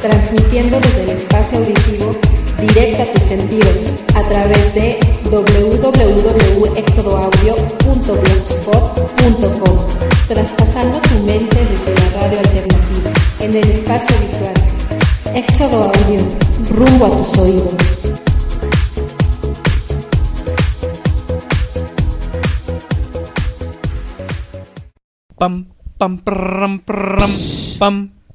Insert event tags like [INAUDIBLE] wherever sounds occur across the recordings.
transmitiendo desde el espacio auditivo directo a tus sentidos a través de www.exodoaudio.blogspot.com, traspasando tu mente desde la radio alternativa en el espacio virtual. Éxodo Audio, rumbo a tus oídos. pam pam prram prram pam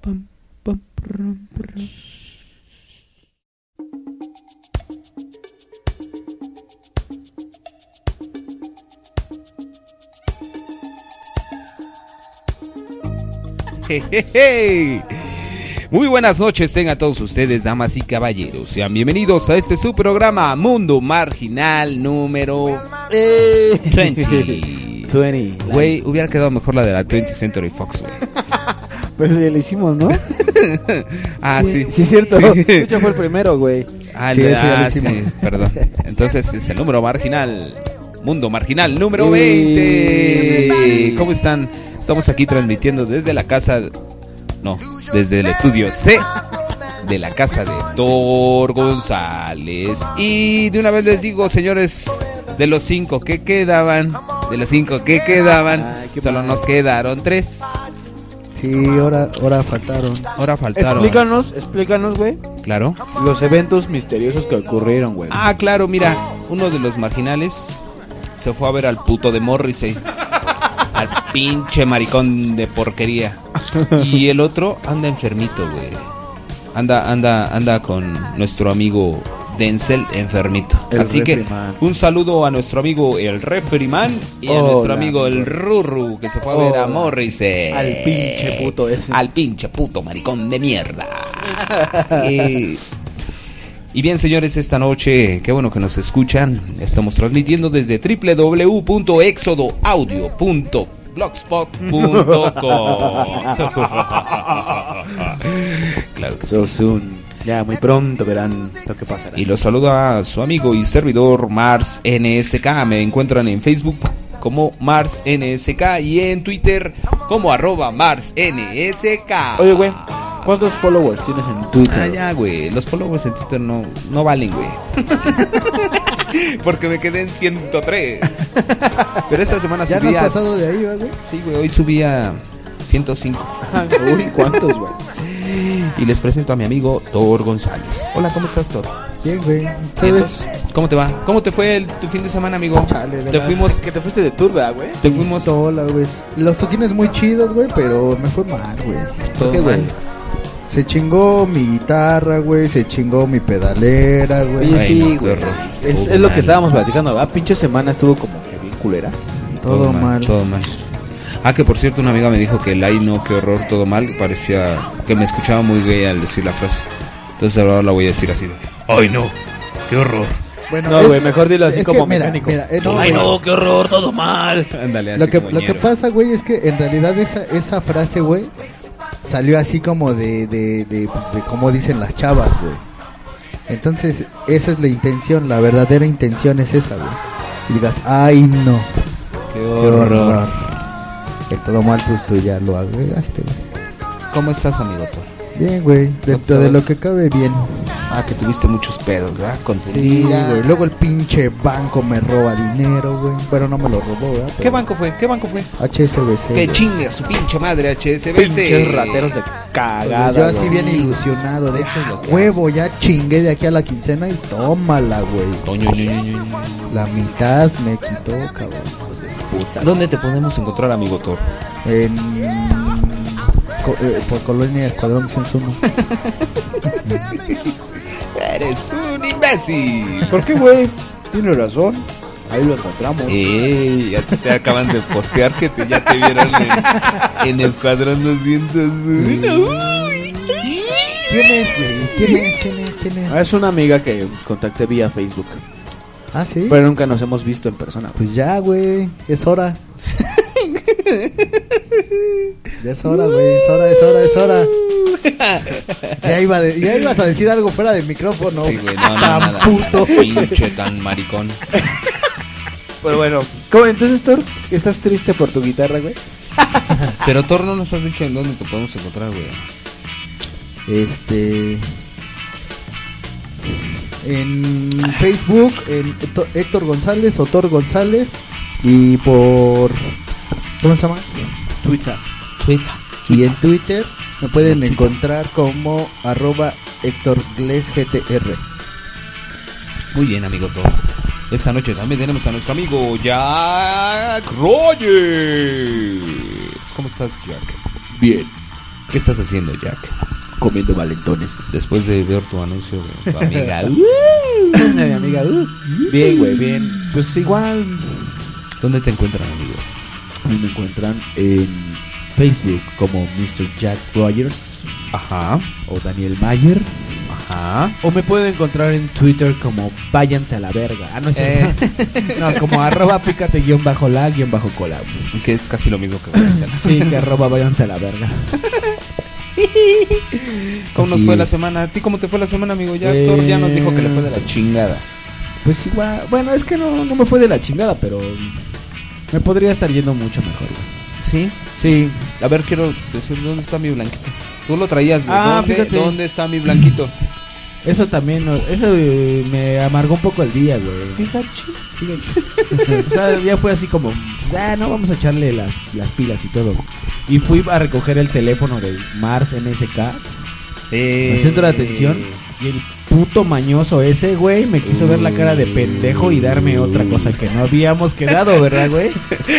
pam pam prram prram Jejeje. Muy buenas noches tengan todos ustedes, damas y caballeros. Sean bienvenidos a este su programa Mundo Marginal número Eh. 20. 20. Güey, hubiera quedado mejor la de la 20th Century Fox, güey. Pero eso ya lo Pues hicimos, [LAUGHS] ¿no? Ah, sí. Sí, es cierto. Sí. Escucha fue el primero, güey. Ah, Sí, el- eso ya lo ah, sí, hicimos. perdón. Entonces es el número marginal. Mundo Marginal número Eh. 20. ¿Cómo están? Estamos aquí transmitiendo desde la casa. No, desde el estudio C de la casa de Thor González. Y de una vez les digo, señores, de los cinco que quedaban, de los cinco que quedaban, Ay, qué solo mal. nos quedaron tres. Sí, ahora, ahora faltaron. Ahora faltaron. Explícanos, explícanos, güey, Claro. los eventos misteriosos que ocurrieron, güey. Ah, claro, mira, uno de los marginales se fue a ver al puto de Morrissey. Al pinche maricón de porquería. Y el otro anda enfermito, güey. Anda, anda, anda con nuestro amigo Denzel enfermito. El Así que Referryman. un saludo a nuestro amigo el Referiman y a Hola, nuestro amigo el amigo. Rurru que se fue a ver a Hola. Morrissey. Al pinche puto ese. Al pinche puto maricón [LAUGHS] de mierda. Y- y bien, señores, esta noche, qué bueno que nos escuchan. Estamos transmitiendo desde www.exodoaudio.blogspot.com. [LAUGHS] claro que sí. Sosun. Ya muy pronto verán lo que pasará. Y los saluda su amigo y servidor Mars NSK. Me encuentran en Facebook como Mars NSK y en Twitter como arroba Mars NSK. Oye, güey, ¿cuántos followers tienes en Twitter? Ah, ya, güey. Los followers en Twitter no, no valen, [LAUGHS] güey. Porque me quedé en 103. Pero esta semana Ya no subí has a- pasado de ahí, ¿va, güey. Sí, güey. Hoy subí a 105. güey? Uy, ¿cuántos, [LAUGHS] güey? Y les presento a mi amigo Thor González. Hola, ¿cómo estás, Thor? Bien, güey. ¿Y Entonces, entonces, ¿Cómo te va? ¿Cómo te fue el- tu fin de semana, amigo? Chale, de te la- fuimos... Que te fuiste de tour, ¿verdad, güey? Te fuimos... Todo pistola, güey. Los toquines muy chidos, güey, pero me fue mal, güey. ¿Qué, güey? mal. Se chingó mi guitarra, güey. Se chingó mi pedalera, güey. Oye, Ay, sí, no, qué güey. horror. Es, Todo es lo mal. que estábamos platicando, ¿verdad? Pinche semana estuvo como que bien culera. todo, mal. Todo mal. Ah, que por cierto, una amiga me dijo que el ay no, qué horror, todo mal, parecía que me escuchaba muy gay al decir la frase. Entonces ahora la voy a decir así. de, Ay no, qué horror. Bueno, No, es- güey, mejor dilo así es que, como mira, mecánico. mira, eh, no, güey. qué horror, todo mal. [LAUGHS] Ándale, así Lo que, como lo que ñero. pasa, güey, es que en realidad esa, esa frase, güey, salió así como de, de, de, pues, de cómo dicen las chavas, güey. Entonces, esa es la intención, la verdadera intención es esa, güey. Y digas, ay, no, Qué qué horror. horror. Que todo mal, pues tú ya lo agregaste, güey. ¿Cómo estás, amigo? tú? Bien, güey, dentro de lo que cabe, bien. Ah, que tuviste muchos pedos, ¿verdad? Con tu Sí, liga. güey. Luego el pinche banco me roba dinero, güey. Bueno, no me lo robó, ¿verdad? ¿Qué Pero banco fue? ¿Qué banco fue? HSBC. Que güey. chingue a su pinche madre HSBC. Pinches rateros de Pero cagada. Yo así güey. bien ilusionado de Eso es lo "Ah, que huevo, ya chingué de aquí a la quincena y tómala, güey. Toño, ño, ño, ño, ño. La mitad me quitó, cabrón. ¿Dónde te podemos encontrar, amigo Thor? En... co- eh, por Colonia Escuadrón 101. Eres un imbécil. ¿Por qué, güey? Tiene razón. Ahí lo encontramos. Ey, ya te acaban de postear que te- ya te Mm, vieron en, en Escuadrón 201. Uy, ¿Quién es, güey? ¿Quién es? ¿Quién es? ¿Quién es? Ah, Es una amiga que contacté vía Facebook. Ah, sí. Pero nunca nos hemos visto en persona. Pues ya, güey. Es hora. ya es hora, güey. Es hora, es hora, es hora. Ya, iba de- ya ibas a decir algo fuera del micrófono. Sí, güey, no, no, Tan nada. puto. Pinche tan maricón. Pero bueno. ¿Cómo? Entonces, Thor, ¿estás triste por tu guitarra, güey? Pero Thor, no nos has dicho en dónde te podemos encontrar, güey. Este. En Facebook, en Héctor- Héctor González, Otor González. Y por. ¿Cómo se llama? Twitter. Twitter. Y en Twitter me pueden encontrar como arroba Héctor Gles GTR. Muy bien, amigo Thor. Esta noche también tenemos a nuestro amigo Jack Rogers. ¿Cómo estás, Jack? Bien. ¿Qué estás haciendo, Jack? Comiendo valentones. Después de ver tu anuncio de tu [LAUGHS] amiga. Mi amiga. Ah, uh, Bien, güey, bien. Pues igual. ¿Dónde te encuentran, amigo? A mí me encuentran en Facebook como Mr. Jack Rogers Ajá, o Daniel Mayer. ajá. O me pueden encontrar en Twitter como váyanse a la verga. Ah, no es cierto. Eh. [LAUGHS] No, como arroba pícate guión bajo la guión bajo cola. güey. Que es casi lo mismo que voy a hacer. Sí, que arroba váyanse a la verga. [COUGHS] [LAUGHS] ¿Cómo nos Así fue la es. semana? ¿A ti cómo te fue la semana, amigo? Ya Eh, Thor ya nos dijo que le fue de la Eh, chingada. Pues igual, bueno, es que no, no me fue de la chingada, pero me podría estar yendo mucho mejor. güey. ¿Sí? Sí, A ver, quiero decir, ¿dónde está mi blanquito? Tú lo traías, güey. Ah, ¿Dónde, fíjate. ¿Dónde está mi blanquito? eso también, no- eso eh, me amargó un poco el día, güey. Fíjate. o sea, ya fue así como, pues, ah, no, vamos a echarle las, las pilas y todo. Y fui a recoger el teléfono de Mars MSK Eh, el centro de atención. Y el puto mañoso ese, güey, me quiso ver la cara de pendejo y darme otra cosa que no habíamos quedado, ¿verdad, [LAUGHS] güey?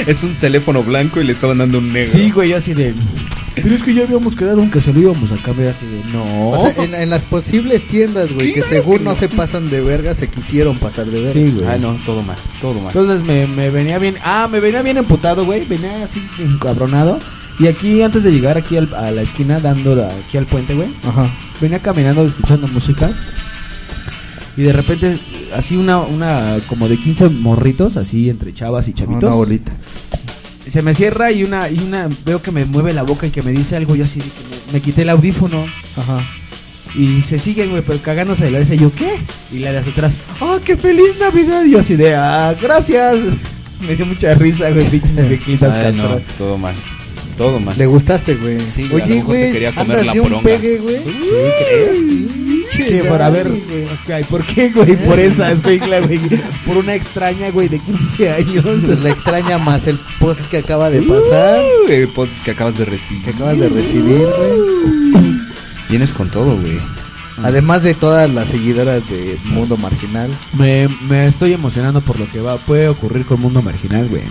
Es un teléfono blanco y le estaban dando un negro. Sí, güey, yo así de. Pero es que ya habíamos quedado aunque se lo íbamos a cambiar así de. No. O sea, en, en las posibles tiendas, güey, que según no se pasan de verga, se quisieron pasar de verga. sí, güey. Ah, no, todo mal, todo mal. Entonces me, me venía bien. Ah, me venía bien emputado, güey. Venía así encabronado. Y aquí, antes de llegar aquí al- a la esquina, dando la- aquí al puente, güey. Ajá. venía caminando escuchando música y de repente así una una como de 15 morritos así entre chavas y chavitos Una bolita. se me cierra y una y una veo que me mueve la boca y que me dice algo yo así de que me, me quité el audífono Ajá. Ah. y se siguen güey pero cagándose de la vez yo qué y la de hacia atrás ah qué feliz navidad y yo así de ah gracias [LAUGHS] me dio mucha risa [LAUGHS] güey pinches viejitas Ay, no, castradas. todo mal, todo mal. Le gustaste, güey. Sí, güey, a lo Oye, mejor te güey, quería comer andas la de un poronga. pegue, güey. Uh. crees? ¿Eh? Que por haber. ¿Eh? Ay, ¿Por qué, güey? Por esa escuincla, güey. Por una extraña, güey, de 15 años. Pues [LAUGHS] la extraña más el post que acaba de pasar, Uh, el post que acabas de recibir. que acabas de recibir, güey. Vienes con todo, güey. Además de todas las seguidoras de Mundo Marginal. [LAUGHS] Me, me estoy emocionando por lo que va puede ocurrir con Mundo Marginal, güey.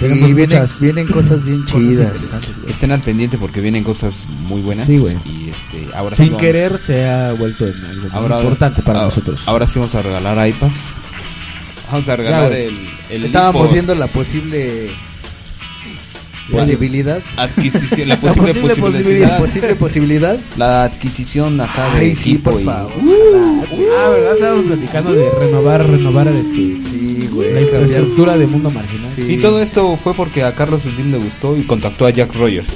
Tenemos Y vienen, muchas vienen cosas bien cosas chidas. interesantes, güey. Estén al pendiente porque vienen cosas muy buenas. Sí, güey. Y este, ahora sí Sin vamos- querer se ha vuelto en algo muy Ahora- importante para ahora- nosotros. Ahora sí vamos a regalar iPads. Vamos a regalar güey. el, el Estábamos iPod. viendo la posible Pues- posibilidad. [LAUGHS] adquisición, la posible, posible posibilidad. La posible posibilidad. La adquisición acá de Ay, sí, equipo por y- favor. Ah, ¿verdad? Estábamos platicando de renovar, renovar este, Sí, la güey. cambiar. infraestructura de Mundo Marginal. Sí. Y todo esto fue porque a Carlos Slim le gustó y contactó a Jack Rogers.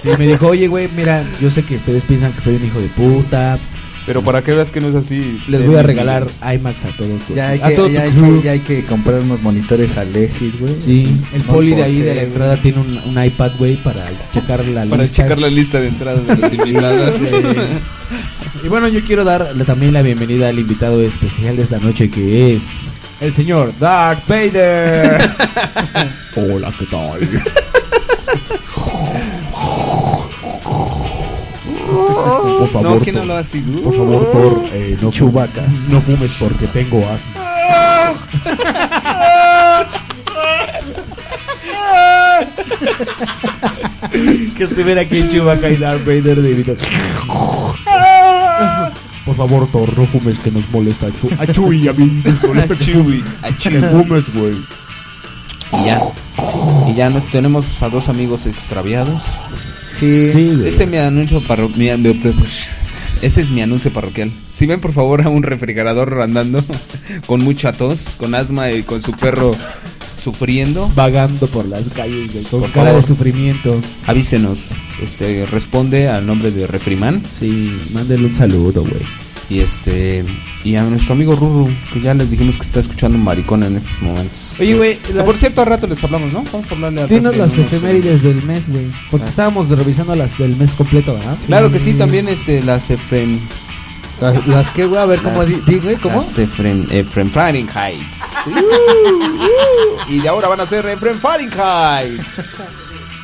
Sí, me dijo, oye, güey, mira, yo sé que ustedes piensan que soy un hijo de puta, Pero para que veas que no es así. Les de voy a mis regalar niveles. IMAX a todos. güey. Ya hay, a todo que, tu ya, hay crew. que, ya hay que comprar unos monitores a Lesis, güey. Sí, el No poli de ahí posee, de la güey. entrada tiene un, un iPad, güey, para checar la Para lista. checar la lista de entradas de [LAUGHS] los invitados. Y bueno, yo quiero darle también la bienvenida al invitado especial de esta noche que es el señor Darth [LAUGHS] Vader. Hola, ¿qué [LAUGHS] tal? Por favor, no, ¿quién habló así? Uh, por favor, Thor, eh, no, Chewbacca. no fumes porque tengo asma. que estuviera aquí Chewbacca y Darth Vader de invitado. Por favor, Thor, no fumes que nos molesta a Chu- a Chuy y a mí. Nos molesta que fumes. Que [LAUGHS] fumes, güey. Y ya. Y ya no, tenemos a dos amigos extraviados. Sí. Sí, güey. Ese es mi anuncio parroquial. Ese es mi anuncio parroquial. Si ven por favor a un refrigerador andando [LAUGHS] con mucha tos, con asma y con su perro sufriendo, Vagando por las calles, güey, con Por cara favor. de sufrimiento. avísenos. Este responde al nombre de Refriman Sí, mándele un saludo, güey. y este y a nuestro amigo Ruru, que ya les dijimos que está escuchando maricón en estos momentos. Oye, güey, Que las- por cierto, al rato les hablamos, ¿no? Vamos a hablarle al Dinos Refri en las unos- efemérides del mes, güey. Porque Ah. estábamos revisando las del mes completo, ¿verdad? Claro que sí, también este las efem Las, las que, güey, a ver cómo Las- di, di, güey, cómo. Las Efren, Efren Fahrenheit. y de ahora van a ser Efren Fahrenheit.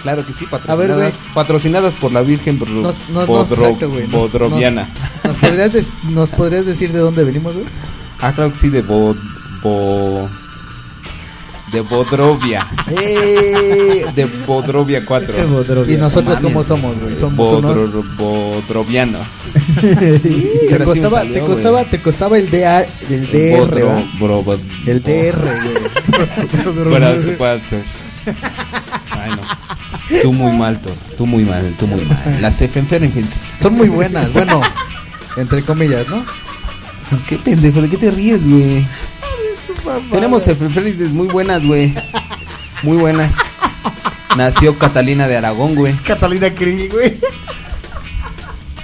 Claro que sí, patrocinadas, A ver, güey. patrocinadas por la Virgen Bro- Nos- nos- nos- Bodro- exacto, güey, nos- Bodroviana. ¿Nos podrías, des- ¿Nos podrías decir de dónde venimos, güey? Ah, claro que sí, de Bod... Bo- de Bodrovia. Eh, De Bodrovia 4. Qué bodrovia. Y nosotros mames. cómo somos, güey. Somos unos. Bodro- Bodrovianos. Te costaba, te costaba, te costaba el DR, el DR, ¿va? el DR, güey. Para cuartos. Ay, no. Tú muy mal, Thor. Tú muy mal, tú muy mal. Las enfermedades. Son muy buenas, bueno, entre comillas, ¿no? ¿Qué pendejo? ¿De qué te ríes, güey? Tenemos enfermedades muy buenas, güey. Muy buenas. Nació Catalina de Aragón, güey. Catalina Krill, güey.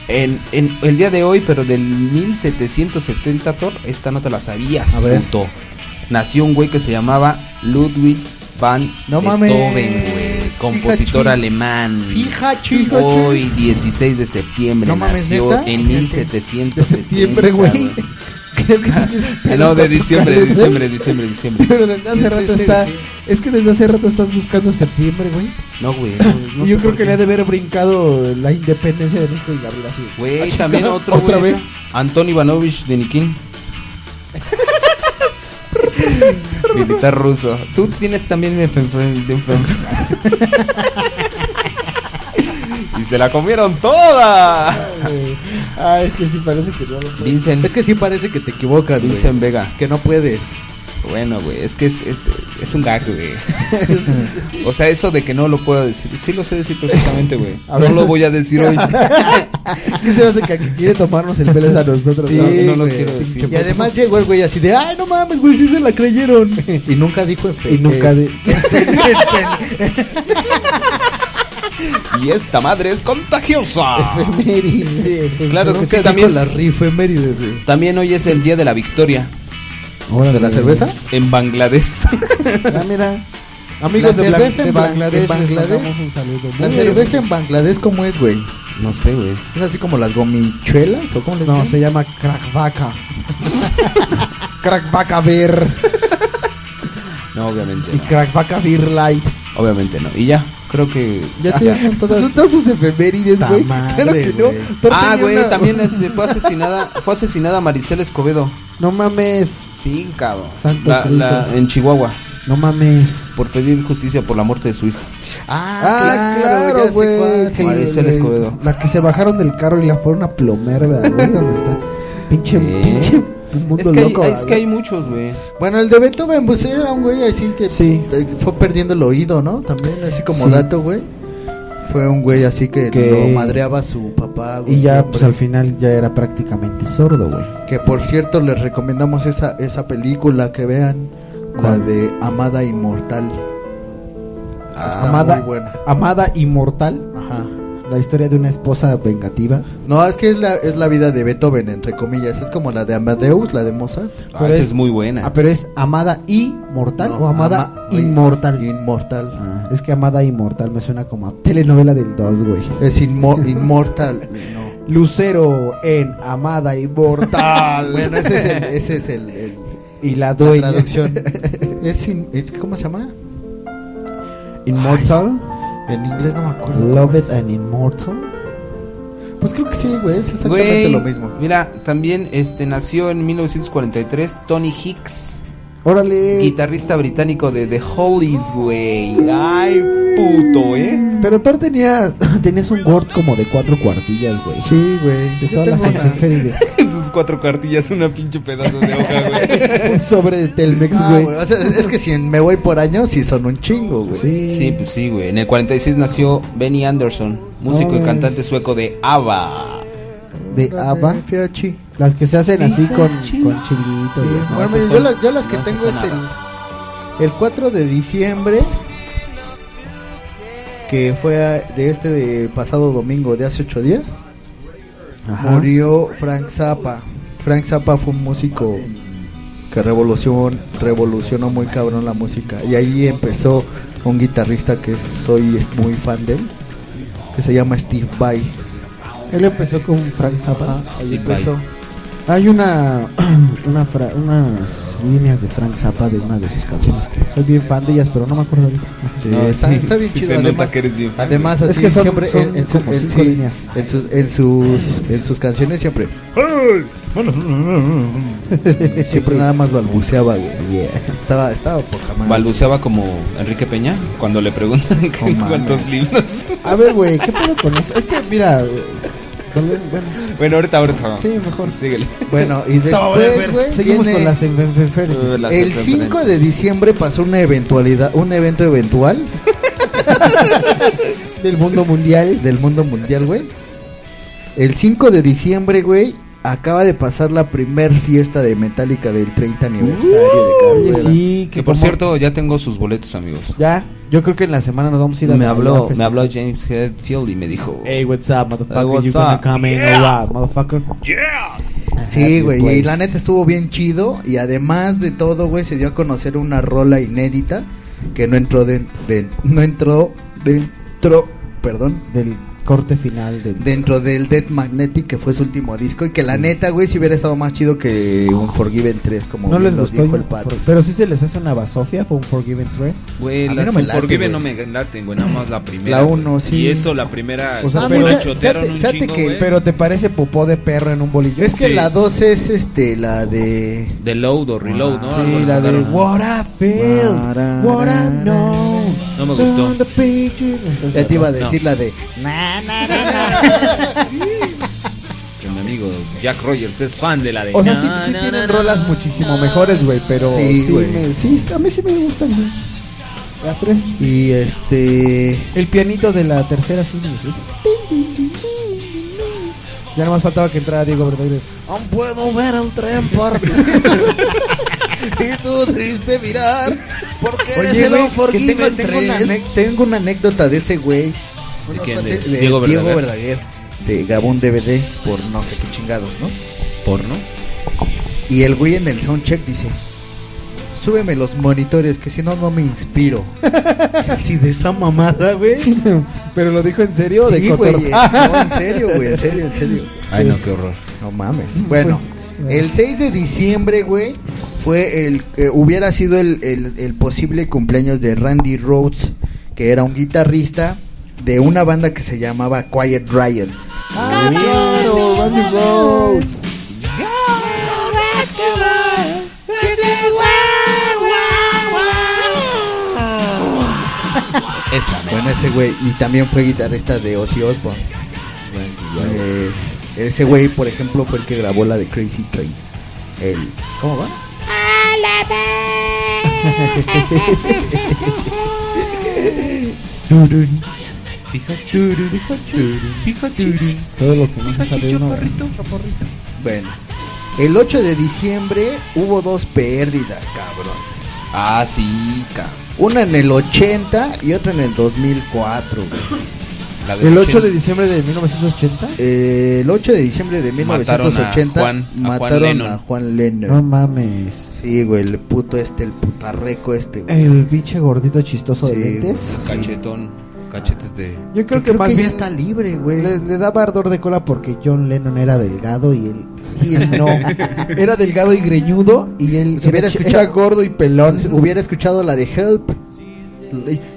En, en el día de hoy, pero del 1770, Thor, esta no te la sabías, A ver. puto. Nació un güey que se llamaba Ludwig van Beethoven, No mames. güey. Fija Compositor chi- alemán. Fija, chico. Hoy, 16 de septiembre, No mames, nació ¿neta? en 1770. De septiembre, güey. [LAUGHS] Creo que No, de diciembre, de ¿eh? diciembre, diciembre, diciembre. [LAUGHS] Pero desde hace rato está. Es que desde hace rato estás buscando septiembre, güey. No, güey. no, no Y yo sé creo por que qué. le ha de haber brincado la independencia de México y la vida así. Güey, Ah, también chingada, otro, ¿otra güey, vez? [LAUGHS] Anton Ivanovich [LAUGHS] Denikin. Militar ruso. Tú tienes también de enfer- de enfer- [LAUGHS] y se la comieron toda. Ah, es que sí parece que no. Vincent, Es que sí parece que te equivocas, güey. Vincent Vega. Que no puedes. [LAUGHS] Bueno, güey, es que es, es, es un gag, [LAUGHS] güey. O sea, eso de que no lo puedo decir. Sí lo sé decir perfectamente, güey. A No ver. lo voy a decir [LAUGHS] hoy. ¿Qué se hace que quiere tomarnos el pelo a nosotros? Sí, no, no lo quiero decir. Y además llegó el güey así de, ay, no mames, güey, sí se la [LAUGHS] creyeron. Y nunca dijo en Y nunca de... Y esta madre es contagiosa. efeméride. Claro que Nunca sí, dijo también- la rifeméride, güey. También hoy es el día de la victoria ¿De la cerveza? en Bangladesh. [LAUGHS] Ah, mira. Amigos, La la cerveza cerveza en en Bangladesh. Bangladesh, En les Bangladesh mandamos un saludo. la Muy cerveza en Bangladesh, ¿cómo es, güey? No sé, güey. ¿Es así como las gomichuelas o cómo les No, dicen? se llama Crackvaca. [LAUGHS] Crack Vaca Beer No, obviamente y no. Crack Vaca Beer Light. Obviamente no. Y ya, creo que. Ya Ah, [LAUGHS] te son todas, son todas sus efemérides, Ta güey. madre, Claro que no. güey. Thor Ah, tenía güey, una- también este, fue asesinada, fue asesinada Maricel Escobedo. No mames. Sí, cabrón. Santo La- la- Cristo. en Chihuahua, No mames. por pedir justicia por la muerte de su hija. Ah, claro, ya sé güey, cuál, sí, Maricel güey. Escobedo. La que se bajaron del carro y la fueron a plomer, ¿verdad? güey? ¿Dónde está? Pinche, Sí. pinche mundo Es que, loco. hay, ¿verdad, es que güey? hay muchos, güey. Bueno, el de Beethoven pues era un güey así que Sí. eh, fue perdiendo el oído, ¿no? También así como Sí. dato, güey. Fue un güey así que, Que- lo madreaba a su papá, güey. Y ya, siempre. pues al final ya era prácticamente sordo, güey. que por cierto les recomendamos esa esa película que vean, la ¿Cuál? de Amada Inmortal. Ah, Está Amada- muy buena. Amada inmortal, Ajá. la historia de una esposa vengativa. No, es que es la, es la vida de Beethoven, entre comillas. Es como la de Amadeus, la de Mozart. Ah, Pero esa es- es muy buena. Ah, pero es amada y mortal No, o amada ama- inmortal. Inmortal. Ah, es que amada inmortal me suena como a telenovela del 2, güey. Es inmo- [LAUGHS] inmortal. No. Lucero en amada inmortal. [LAUGHS] Bueno, ese es el, ese es el, el- y la la dueña. [LAUGHS] traducción. Es in- el- ¿Cómo se llama? Inmortal, En inglés no me acuerdo. Love Pues- it and Immortal. Pues creo que sí, güey. Es exactamente Güey, lo mismo. Mira, también este nació en 1943 Tony Hicks, Órale. Guitarrista británico de The Hollies, güey. Ay, puto, ¿eh? Pero tú tenías, tenías un Word como de cuatro cuartillas, [LAUGHS] güey. Sí, güey. De Yo todas las tengo una. [LAUGHS] efemérides. [LAUGHS] Sus cuatro cartillas, una pinche pedazo de hoja, güey. un sobre de Telmex, Ah, güey. güey, o sea, es que si me voy por años, sí son un chingo, güey. sí. Sí, pues sí, güey. En el 46 nació Benny Anderson, músico y cantante sueco de ABBA. De ABBA. Fiachi. Las que se hacen así con, con chinguito y eso. Bueno, esas yo son- las, yo las que no, esas tengo es son el, aras. el 4 de diciembre, que fue a- de este de pasado domingo, de hace 8 días, murió Frank Zappa. Frank Zappa fue un músico que revolucion- revolucionó muy cabrón la música. Y ahí empezó un guitarrista que soy muy fan de él, que se llama Steve Vai. Él empezó con Frank Zappa. Ah, ahí empezó. Hay una, [CLEARS THROAT] una fra- unas líneas de Frank Zappa de una de sus canciones que soy bien fan de ellas, pero no me acuerdo ahorita. No, está, está bien chido. además, además así Es que son- siempre son en, en su- como en cinco sí, líneas. en sus, en sus en sus canciones siempre. siempre nada más balbuceaba, güey. Estaba estaba poca madre. Balbuceaba como Enrique Peña cuando le preguntan [LAUGHS] que- mames. cuántos libros. A ver, güey, ¿qué pedo con eso? Es que, mira, eh, bueno, bueno, Bueno, ahorita, ahorita. sí, mejor. síguele. bueno, y después, güey, Seguimos viene- con las enfermeras. Las el otras 5 de diciembre pasó una eventualidad, un evento eventual [LAUGHS] Del mundo mundial. del mundo mundial, güey. El 5 de diciembre, güey, acaba de pasar la primer fiesta de Metallica del 30 aniversario de Oye, Carlos. Uh, sí, Que por como- cierto, ya tengo sus boletos, amigos. Ya, yo creo que en la semana nos vamos a ir a Me la- habló, a la me habló festa. James Hetfield y me dijo. Hey, what's up, motherfucker? Hey, what's you gonna up? come in or what, motherfucker? Sí, güey, pues. y la neta estuvo bien chido y además de todo, güey, se dio a conocer una rola inédita que no entró de, de- no entró dentro, perdón, Del corte final del. dentro del Dead Magnetic que fue su último disco y que la neta, güey, si hubiera estado más chido que un Forgiven 3 como no bien les nos gustó. dijo el un- pato. Pero sí se les hace una basofia con Forgiven 3. Güey, A mí las no me late, Unforgiven güey. no me laten, güey, nada más la primera. La güey. uno, sí. Y eso, la primera. O Ah, sea, me pero- la chotearon fíjate- un fíjate chingo, que- güey. Pero te parece popó de perro en un bolillo. Es que Sí. la 2 es este la de De load o reload, ¿no? Algo sí, así la de sacaron. What I Feel, What I Know. No me gustó. turn the page. Esa es ya te iba a No. decir la de Que mi amigo Jack Rogers es fan de la de. O sea, sí, sí tienen rolas muchísimo mejores, güey, pero Sí, sí, güey. me- sí, a mí sí me gustan, güey. Las tres. y este El pianito de la tercera sí, güey, sí. Ya nomás faltaba que entrara Diego Verdaguer. Aún puedo ver un tren [LAUGHS] partir y tú triste mirar porque eres el güey, Unforgiven que tengo, tengo una 3. anec- tengo una anécdota de ese güey. ¿De Unos quién? ¿De cuates- de Diego Diego Verdaguer? Verdaguer. Te grabó un DVD por no sé qué chingados, ¿no? Porno. Y el güey en el soundcheck dice: Súbeme los monitores, que si no, no me inspiro. Así de esa mamada, güey. [LAUGHS] Pero lo dijo en serio, o [LAUGHS] Sí, de cotor- güey, eh, Ah, no, en serio, güey, en serio, en serio. Ay, no, qué horror. No mames. Bueno, el 6 de diciembre, güey, fue el eh, hubiera sido el, el- el posible cumpleaños de Randy Rhodes, que era un guitarrista de una banda que se llamaba Quiet Riot. ah, [LAUGHS] claro, Randy Rhodes. Esa, Bueno, ese güey y también fue guitarrista de Ozzy Osbourne. Eh, ese güey, por ejemplo, fue el que grabó la de Crazy Train. El- ¿Cómo va? Todo lo que no se sabe uno. Bueno, el 8 de diciembre hubo dos pérdidas, cabrón. Ah, sí, cabrón. Una en el 80 y otra en el 2004. güey. La del El 8 de ochenta. diciembre de 1980. Eh, el 8 de diciembre de Mataron a 1980 Juan- a Juan mataron Lennon. a Juan Lennon. No mames. Sí, güey, el puto este, el putarreco este, güey. El pinche gordito chistoso de Sí, lentes. Cachetón. Cachetes de. Yo creo que, Creo más que ya bien está libre, güey. le, le daba ardor de cola porque John Lennon era delgado y él, y él [LAUGHS] no. era delgado y greñudo y él Si era, hubiera escuchado- era gordo y pelón. Si Hubiera escuchado la de Help.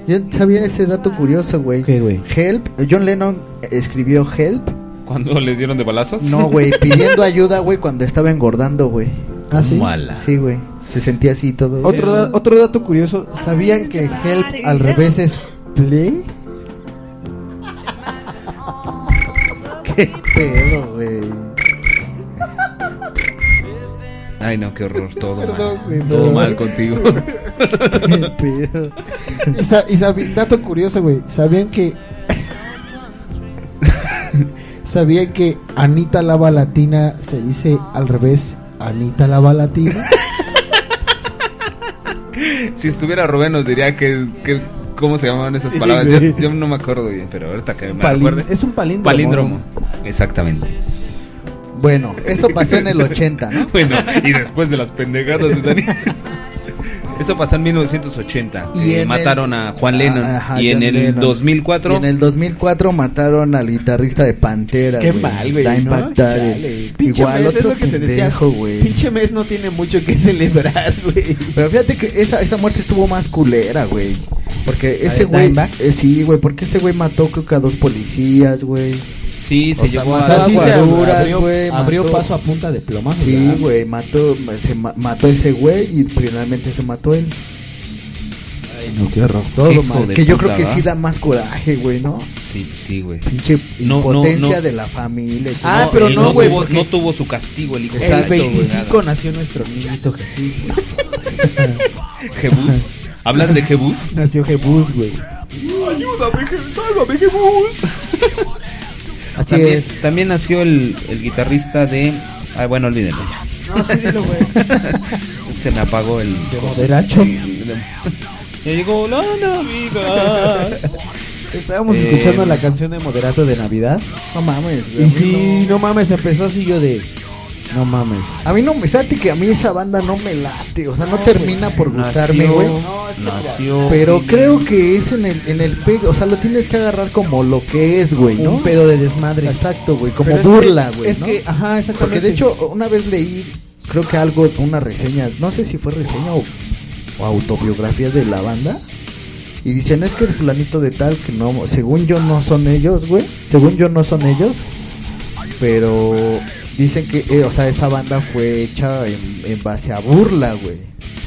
Yo sabía ese dato curioso, güey. ¿Qué, güey? Help. John Lennon escribió Help. ¿Cuándo les dieron de [LAUGHS] balazos? No, güey, pidiendo ayuda, güey, cuando estaba engordando, güey. Ah, sí. Mala. Sí, güey. Se sentía así todo. Otro, da- otro dato curioso, ¿sabían que help al revés es play? [LAUGHS] ¿Qué pedo, güey? Ay, no, qué horror, todo Perdón, güey, mal. Todo perdón. mal contigo. [LAUGHS] ¿Qué pedo? Y, sa- y sabi- dato curioso, güey, ¿sabían [LAUGHS] que... ¿Sabían que Anita lava latina se dice al revés? Anita lava latina. si estuviera Rubén nos diría que, que- cómo se llamaban esas palabras. Yo, yo no me acuerdo bien, pero ahorita que [LAUGHS] me Palin- acuerde. es un palíndromo. Palíndromo. Exactamente. Bueno, eso pasó en el 80, [LAUGHS] ¿no? Bueno, y después de las pendejadas de Daniel. [LAUGHS] Eso pasó en 1980. Y Eh, en mataron el- a Juan Lennon. Ah, ajá, y en John el Lennon. 2004. Y en el 2004 mataron al guitarrista de Pantera. Qué güey. mal, güey. Está ¿no? impactado. Chale. Pinche Igual mes, otro es lo que te decía. pendejo, güey. Pinche mes no tiene mucho que celebrar, güey. Pero fíjate que esa, esa muerte estuvo más culera, güey. Porque ese de güey. Dimebag? eh, sí, güey. Porque ese güey mató, creo que a dos policías, güey. Sí, se O sea, llevó más a. Pasó guaruras, abrió, güey, abrió mató. paso a punta de plomazo. Sí, güey. Mató, se ma- mató ese güey y finalmente se mató él. No, qué horror. Hijo Todo mal. de que yo puta, creo que ¿verdad? sí da más coraje, güey, ¿no? Sí, sí, güey. Pinche No, no, impotencia no. de la familia. y todo. Ah, pero él no, güey, tuvo- porque- No tuvo su castigo el hijo. de Exacto, el la chingada. 25 nació nuestro niñito Jesús. güey. [LAUGHS] Jebús. ¿Hablas de Jebús? Nació Jebús, güey. [LAUGHS] Así También, es. también nació el, el guitarrista de. Ah, bueno, olvídenlo ya. No, sí, dilo, güey. [LAUGHS] Se me apagó el. Moderacho. Ya llegó la Navidad. Estábamos Eh, escuchando la canción de Moderato de Navidad. No mames, güey. Y sí, no mames, empezó así yo de. No mames. A mí no me. Fíjate que a mí esa banda no me late. O sea, no termina por gustarme, güey. Nació. Pero creo que es en el, en el pedo. O sea, lo tienes que agarrar como lo que es, güey, ¿no? Un pedo de desmadre. Exacto, güey. Como Pero es burla, que- güey. Es ¿no? que, ajá, exactamente. Porque de hecho, una vez leí, creo que algo, una reseña, no sé si fue reseña o, o autobiografía de la banda. Y dicen, es que el fulanito de tal, que no, según yo no son ellos, güey. Según yo no son ellos. Pero dicen que, eh, o sea, esa banda fue hecha en, en base a burla, güey.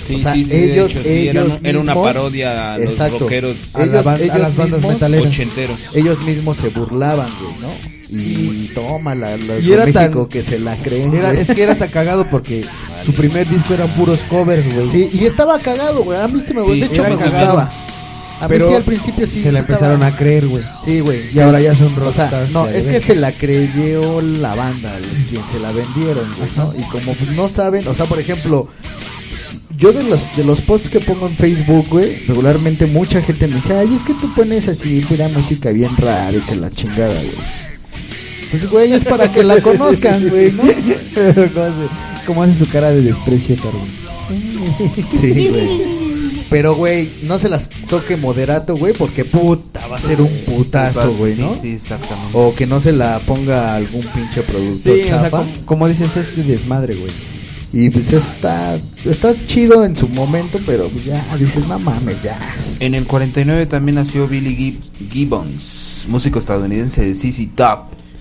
Sí, o sea, sí, sí, de ellos, hecho, sí, era ellos una- era una mismos- parodia a los rockeros. A la Ellos- ban- a ellos las bandas mismos- metaleras. Ochenteros. ellos mismos se burlaban, güey, ¿no? Y toma la, Y era tan- México que se la creen. Era- güey. es que era tan cagado porque su primer disco eran puros covers, güey. Sí, y estaba cagado, güey. A mí se me Sí, de hecho era me cagado. gustaba. A mí Pero sí al principio sí. se la empezaron a creer, güey. a. Sí, güey. Y ahora ya son O sea, rockstars, no, ya es ves. que se la creyó la banda, güey, quien se la vendieron, güey, ¿no? Y como pues, no saben, o sea, por ejemplo, yo de los de los posts que pongo en Facebook, güey, regularmente mucha gente me dice, ay, es que tú pones así, mira música bien rara y que la chingada, güey. Pues, güey, es para que la [LAUGHS] conozcan, güey, ¿no? ¿Cómo, hace, cómo hace su cara de desprecio, cabrón? Sí, güey. Pero, güey, no se las toque moderato, güey, porque puta, va a ser un putazo, güey, ¿no? Oh. Sí, sí, exactamente. O que no se la ponga algún pinche productor Sí, o sea, chafa. como, como dices, es de desmadre, güey. Y pues está, está chido en su momento, pero ya dices, no mames, ya. En el 49 también nació Billy Gibb- Gibbons, músico estadounidense de CC Top.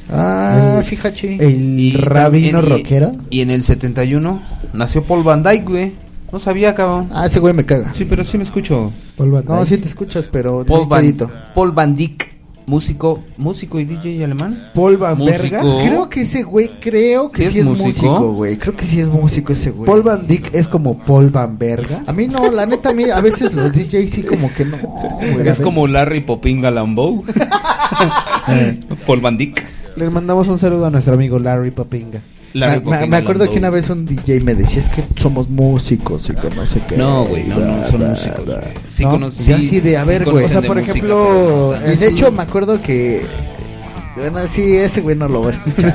Ah, Ay, fíjate. El Y rabino también- y- rockero. Y en el 71 nació Paul Van Dyke, güey. No sabía, cabrón. Ah, ese güey me caga. Sí, pero sí me escucho. Paul Van No, Dyke. sí te escuchas, pero Paul Van, limitadito. Paul Van Dyke, músico, músico y DJ alemán. Paul Van Músico. Verga. Creo que ese güey, creo que sí, ¿Sí es es músico? músico, güey. Creo que sí es músico ese güey. Paul Van Dyck es como Paul Van Verga. A mí no, la neta, a mí a veces los DJs sí como que no. Oh, güey. Es como Larry Popinga [LAUGHS] Lambeau. Eh. Paul Van Dyke. Le mandamos un saludo a nuestro amigo Larry Papinga. Me, Larry me- me Popinga acuerdo que Lambeau. una vez un DJ me decía, es que somos músicos y que no sé qué. No, güey, no, no, son Da, da, músicos. da. güey. Sí, No, conocí- yo así de, a ver, güey, conocen o sea, de por música, ejemplo, pero- Y de hecho me acuerdo que... Bueno, sí, ese güey no lo va a escuchar.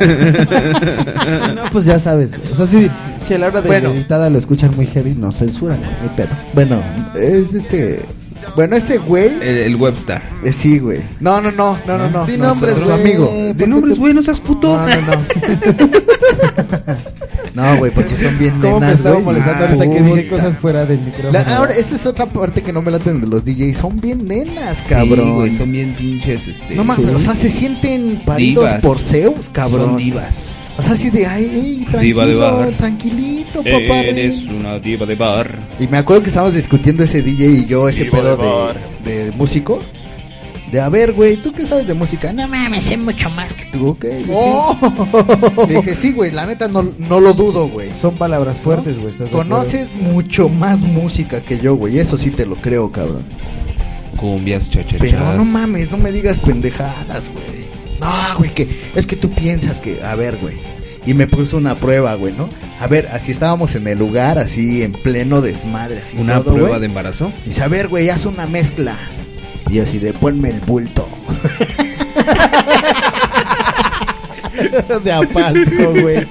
[LAUGHS] si no, pues ya sabes, güey. O sea, si, si a la hora de Bueno. la editada lo escuchan muy heavy, nos censuran, güey. No hay pedo. bueno, es este... Bueno, ese güey... El, el Webstar. eh, sí, güey. No, no, no, no, no, no. Di no, nombres, otro güey. amigo. ¿Por qué De Ah, nombres, te- güey, no seas puto. No, [LAUGHS] no, no. No, güey, porque son bien ¿Cómo me nenas, estaba güey. molestando Ah, ahorita que dije puta. cosas fuera del micrófono? La- ahora, esa es otra parte que no me laten de los DJs. Son bien nenas, Cabrón. cabrón. Ah, son bien pinches, este. no mames, sí. o sea, se sienten paridos Divas. por Zeus, cabrón. Son divas. O sea, así de, ay, ey, tranquilo, Diva de bar. tranquilito, papá. Eres ven". una diva de bar. Y me acuerdo que estábamos discutiendo ese DJ y yo ese Diva de pedo bar. de, de músico. De, a ver, güey, ¿tú qué sabes de música? No mames, sé mucho más que tú, ok. güey, sí". ¡Oh! Le dije, sí, güey, la neta no, no lo dudo, güey. Son palabras fuertes, güey. ¿estás de acuerdo? Conoces mucho más música que yo, güey. Eso sí te lo creo, cabrón. Cumbias, chachachas. Pero no mames, no me digas pendejadas, güey. No, güey, que es que tú piensas que, a ver, güey. Y me puso una prueba, güey, ¿no? A ver, así estábamos en el lugar, así en pleno desmadre, así Una todo, prueba güey. de embarazo. Dice, a ver, güey, haz una mezcla. Y así de, ponme el bulto. [LAUGHS] de apasco, güey.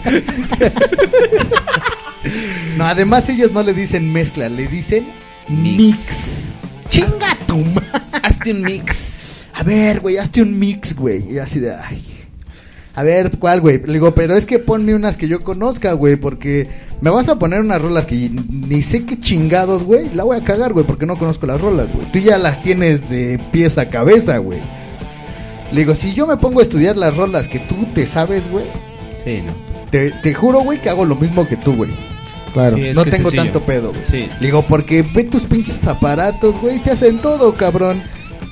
no, además ellos no le dicen mezcla, le dicen mix. Chinga tu ma- Hazte un mix. A ver, güey, hazte un mix, güey. Y así de, ay. A ver, ¿cuál, güey? Le digo, pero es que ponme unas que yo conozca, güey, porque me vas a poner unas rolas que ni sé qué chingados, güey. La voy a cagar, güey, porque no conozco las rolas, güey. Tú ya las tienes de pies a cabeza, güey. Le digo, si yo me pongo a estudiar las rolas que tú te sabes, güey, Sí, no. te, te juro, güey, que hago lo mismo que tú, güey. Claro. Sí, es No que tengo sencillo. tanto pedo, güey. Sí. Le digo, porque ve tus pinches aparatos, güey, te hacen todo, cabrón.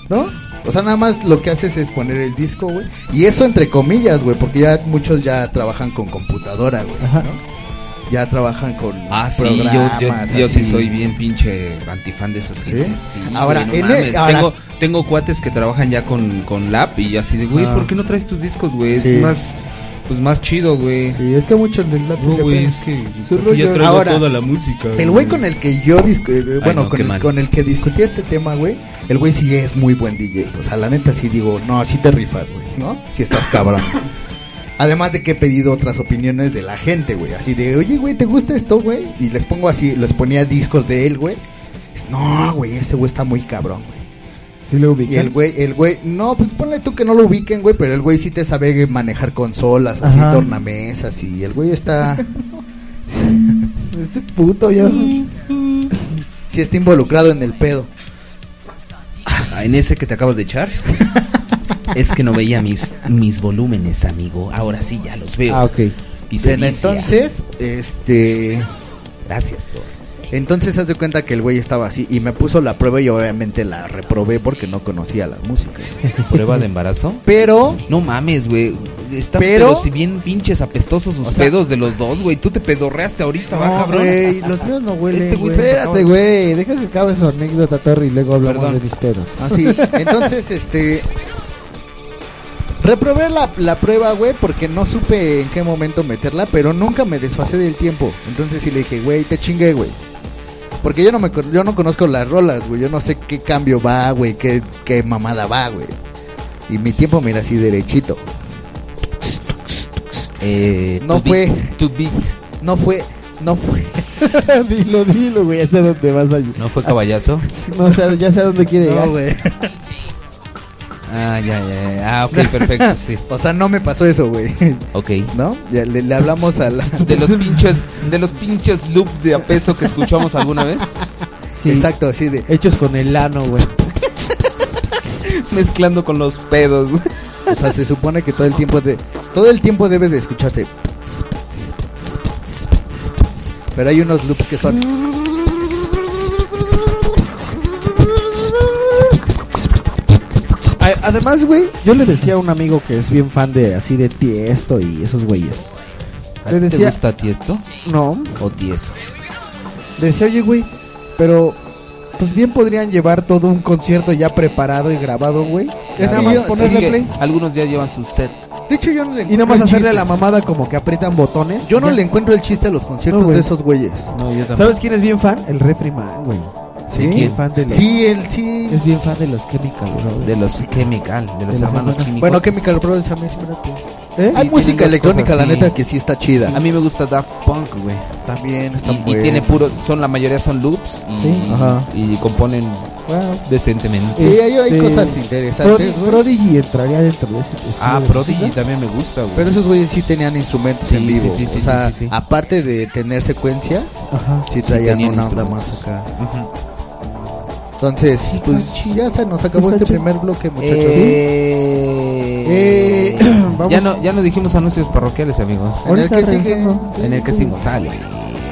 ¿No? O sea, nada más lo que haces es poner el disco, güey. Y eso entre comillas, güey, porque ya muchos ya trabajan con computadora, güey. Ajá. ¿no? Ya trabajan con Ah, sí, yo, programas. yo, yo sí así. soy bien pinche antifan de esas ¿Sí? gentes. sí, Ahora, güey, no en el- mames. ahora- tengo, tengo cuates que trabajan ya con, con lap y así de, güey, Ah. ¿por qué no traes tus discos, güey? Es Sí. más, pues más chido, güey. Sí, es que mucho les late No, ese güey, pedo. es que Su aquí ya rollo. traigo Ahora, toda la música. El güey con el que yo discu- eh, bueno, no, con, qué el, mal. con el que discutí este tema, güey, el güey sí es muy buen DJ. O sea, la neta sí digo, no, sí te rifas, güey, ¿no? Sí estás [LAUGHS] cabrón. Además de que he pedido otras opiniones de la gente, güey, así de, "Oye, güey, ¿te gusta esto, güey?" Y les pongo así, les ponía discos de él, güey. Es, No, güey, ese güey está muy cabrón, güey. Sí lo ubican. Y el güey, el güey, no, pues ponle tú que no lo ubiquen, güey, pero el güey sí te sabe manejar consolas, así, Ajá. tornamesas, y el güey está, [LAUGHS] Este puto ya. sí está involucrado en el pedo. Ah, en ese que te acabas de echar. [LAUGHS] es que no veía mis, mis volúmenes, amigo. Ahora sí ya los veo. Ah, ok. Y se Bueno, vicia. entonces, este. Gracias, Thor. Entonces, haz de cuenta que el güey estaba así y me puso la prueba y obviamente la reprobé porque no conocía la música. ¿Prueba de embarazo? Pero, No mames, güey. Están Pero- pero, si bien pinches apestosos sus O sea- pedos de los dos, güey. Tú te pedorreaste ahorita, va, No, cabrón. güey, los míos no huelen. Este güey se espérate, acaba- güey. Deja que acabe su anécdota, Torri, y luego hablamos Perdón. de mis pedos. así. Ah, Entonces, este. Reprobé la, la prueba, güey, porque no supe en qué momento meterla, pero nunca me desfasé del tiempo. Entonces, sí le dije, güey, te chingué, güey. Porque yo no, me, con- yo no conozco las rolas, güey. Yo no sé qué cambio va, güey, qué, qué mamada va, güey. Y mi tiempo, mira, así derechito. Eh, No tu fue. beat- tu beat. No fue, no fue. [LAUGHS] dilo, dilo, güey. Ya sé dónde vas a ¿No fue caballazo? No sé, ya sé a dónde quiere llegar. güey. ah, ya, ya, ya. Ah, ok, perfecto, sí. O sea, no me pasó eso, güey. [LAUGHS] Ok. ¿No? Ya le, le hablamos a la... De [LAUGHS] los pinches, de los pinches loop de apeso que escuchamos alguna vez. Sí. Exacto, así de... Hechos con el ano, güey. Mezclando con los pedos, güey. O sea, se supone que todo el tiempo de... Todo el tiempo debe de escucharse. Pero hay unos loops que son... A- Además, güey, yo le decía a un amigo que es bien fan de así de Tiesto y esos güeyes. ¿A Le ti ¿Te decía, gusta tiesto no, o tieso? le decía, oye, güey, pero pues bien podrían llevar todo un concierto ya preparado y grabado, güey. Es nada Claro. más Sí, ponerle que play Algunos ya llevan su set. De hecho, yo no y nada le encuentro más el hacerle chiste. la mamada como que aprietan botones. Yo no Ya. le encuentro el chiste a los conciertos No, güey. de esos güeyes. No, yo también. ¿Sabes quién es bien fan? El refri man, güey. ¿Sí? Es bien fan de los, Sí, él sí... es bien fan de los Chemical Brothers. De los chemical, de los los hermanos hermanos químicos. Bueno, Chemical Brothers a mí sí me late. ¿Eh? Hay Sí, música tienen dos electrónica, cosas, la sí. neta, que sí está chida. A mí me gusta Daft Punk, güey. También está Y, y buena. tiene puro, son la mayoría son loops y, Sí. Ajá. Eh, y componen Wow. Decentemente. Sí, hay, hay Este, cosas interesantes, Prodi- güey. Prodigy entraría dentro de ese estilo Ah, de Prodigy música. también me gusta, güey. Pero esos güeyes sí tenían instrumentos Sí, en vivo. sí, sí, sí, o sea, sí, sí, sí. aparte de tener secuencias, Ajá. sí traían tenían una onda más instrumentos. acá. Ujú. Entonces, pues chido. ya se nos acabó Está este chido. primer bloque, muchachos. Eh, Eh, [CLEARS THROAT] vamos. Ya no, ya no dijimos anuncios parroquiales, amigos. En el Ahorita que sigue. regresando. Sí, En el que sí. hicimos sale.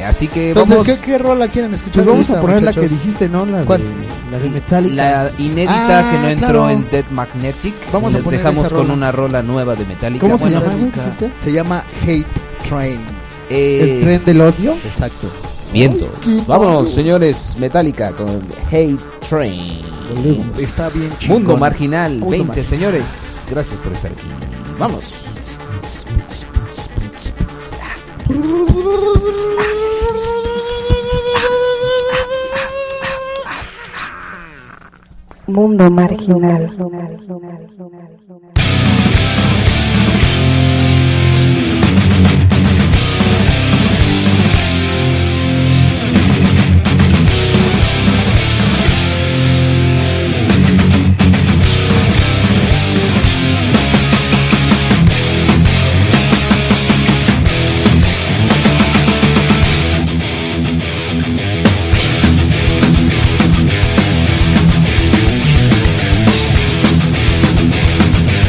Así que Entonces, vamos ¿qué, ¿qué rola quieren escuchar? Pues vamos ahorita, a poner la que muchachos? dijiste, ¿no? La ¿Cuál? de, la de Metallica. la inédita Ah, que no entró claro. en Dead Magnetic. Vamos a Les poner dejamos esa con rola. una rola nueva de Metallica. ¿Cómo se Bueno, llama? güey, que Metallica. dijiste? Se llama Hate Train. eh, El tren del odio. Exacto. Viento. Vámonos, señores. Metallica con Hate Train. Está bien chido. Mundo Marginal 20, marginal. señores. Gracias por estar aquí. Vamos. Mundo marginal. marginal. Thank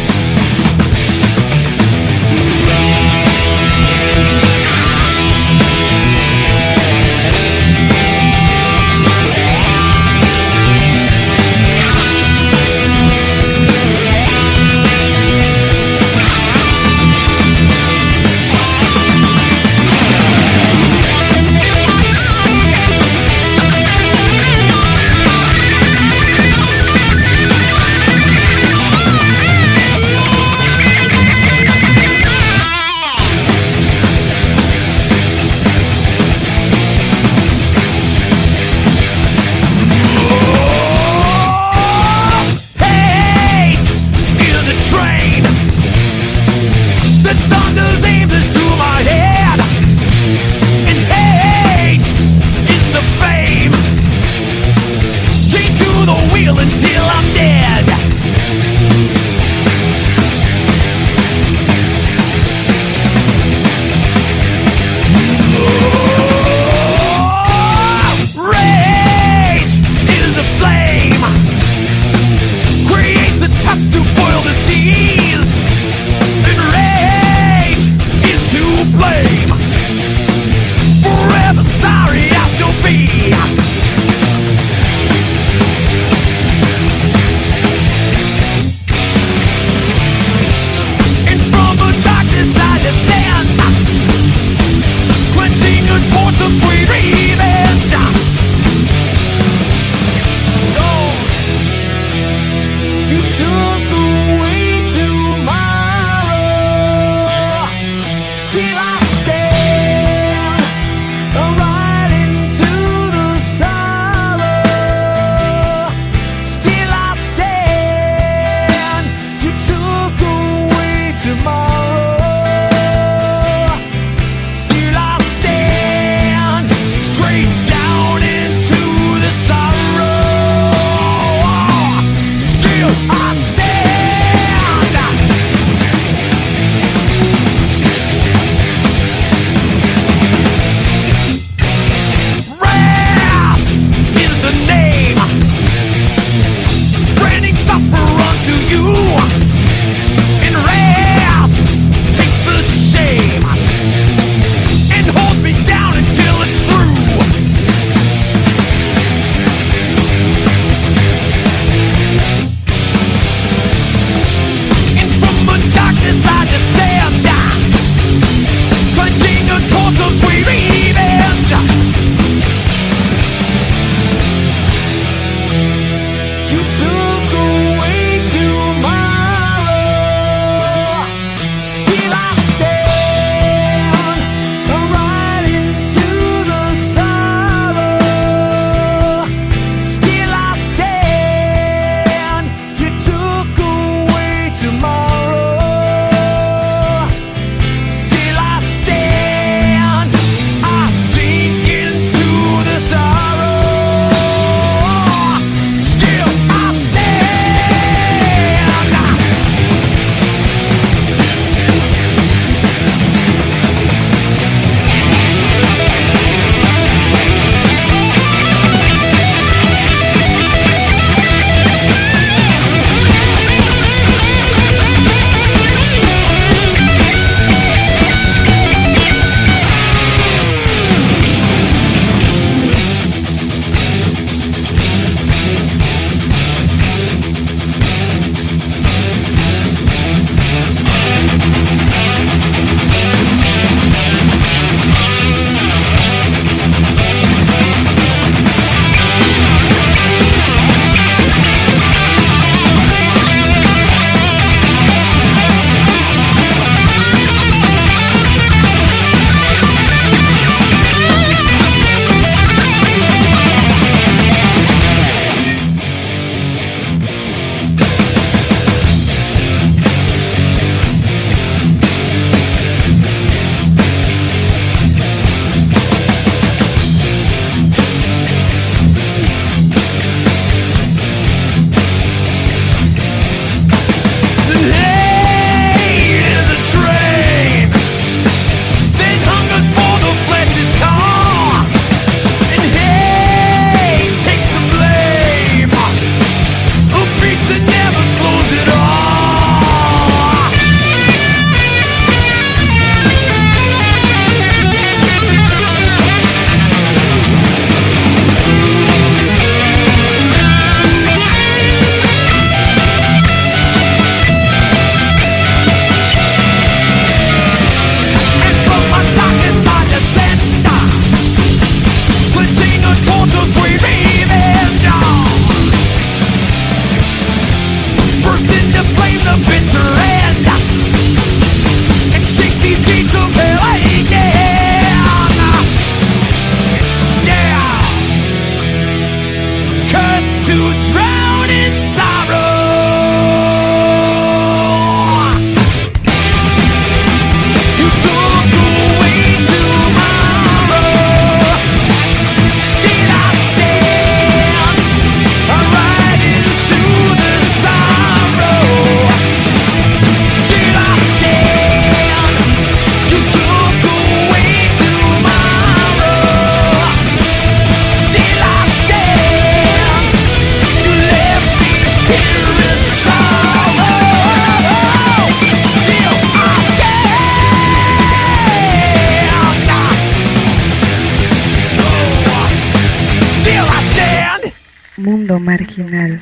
Mundo marginal.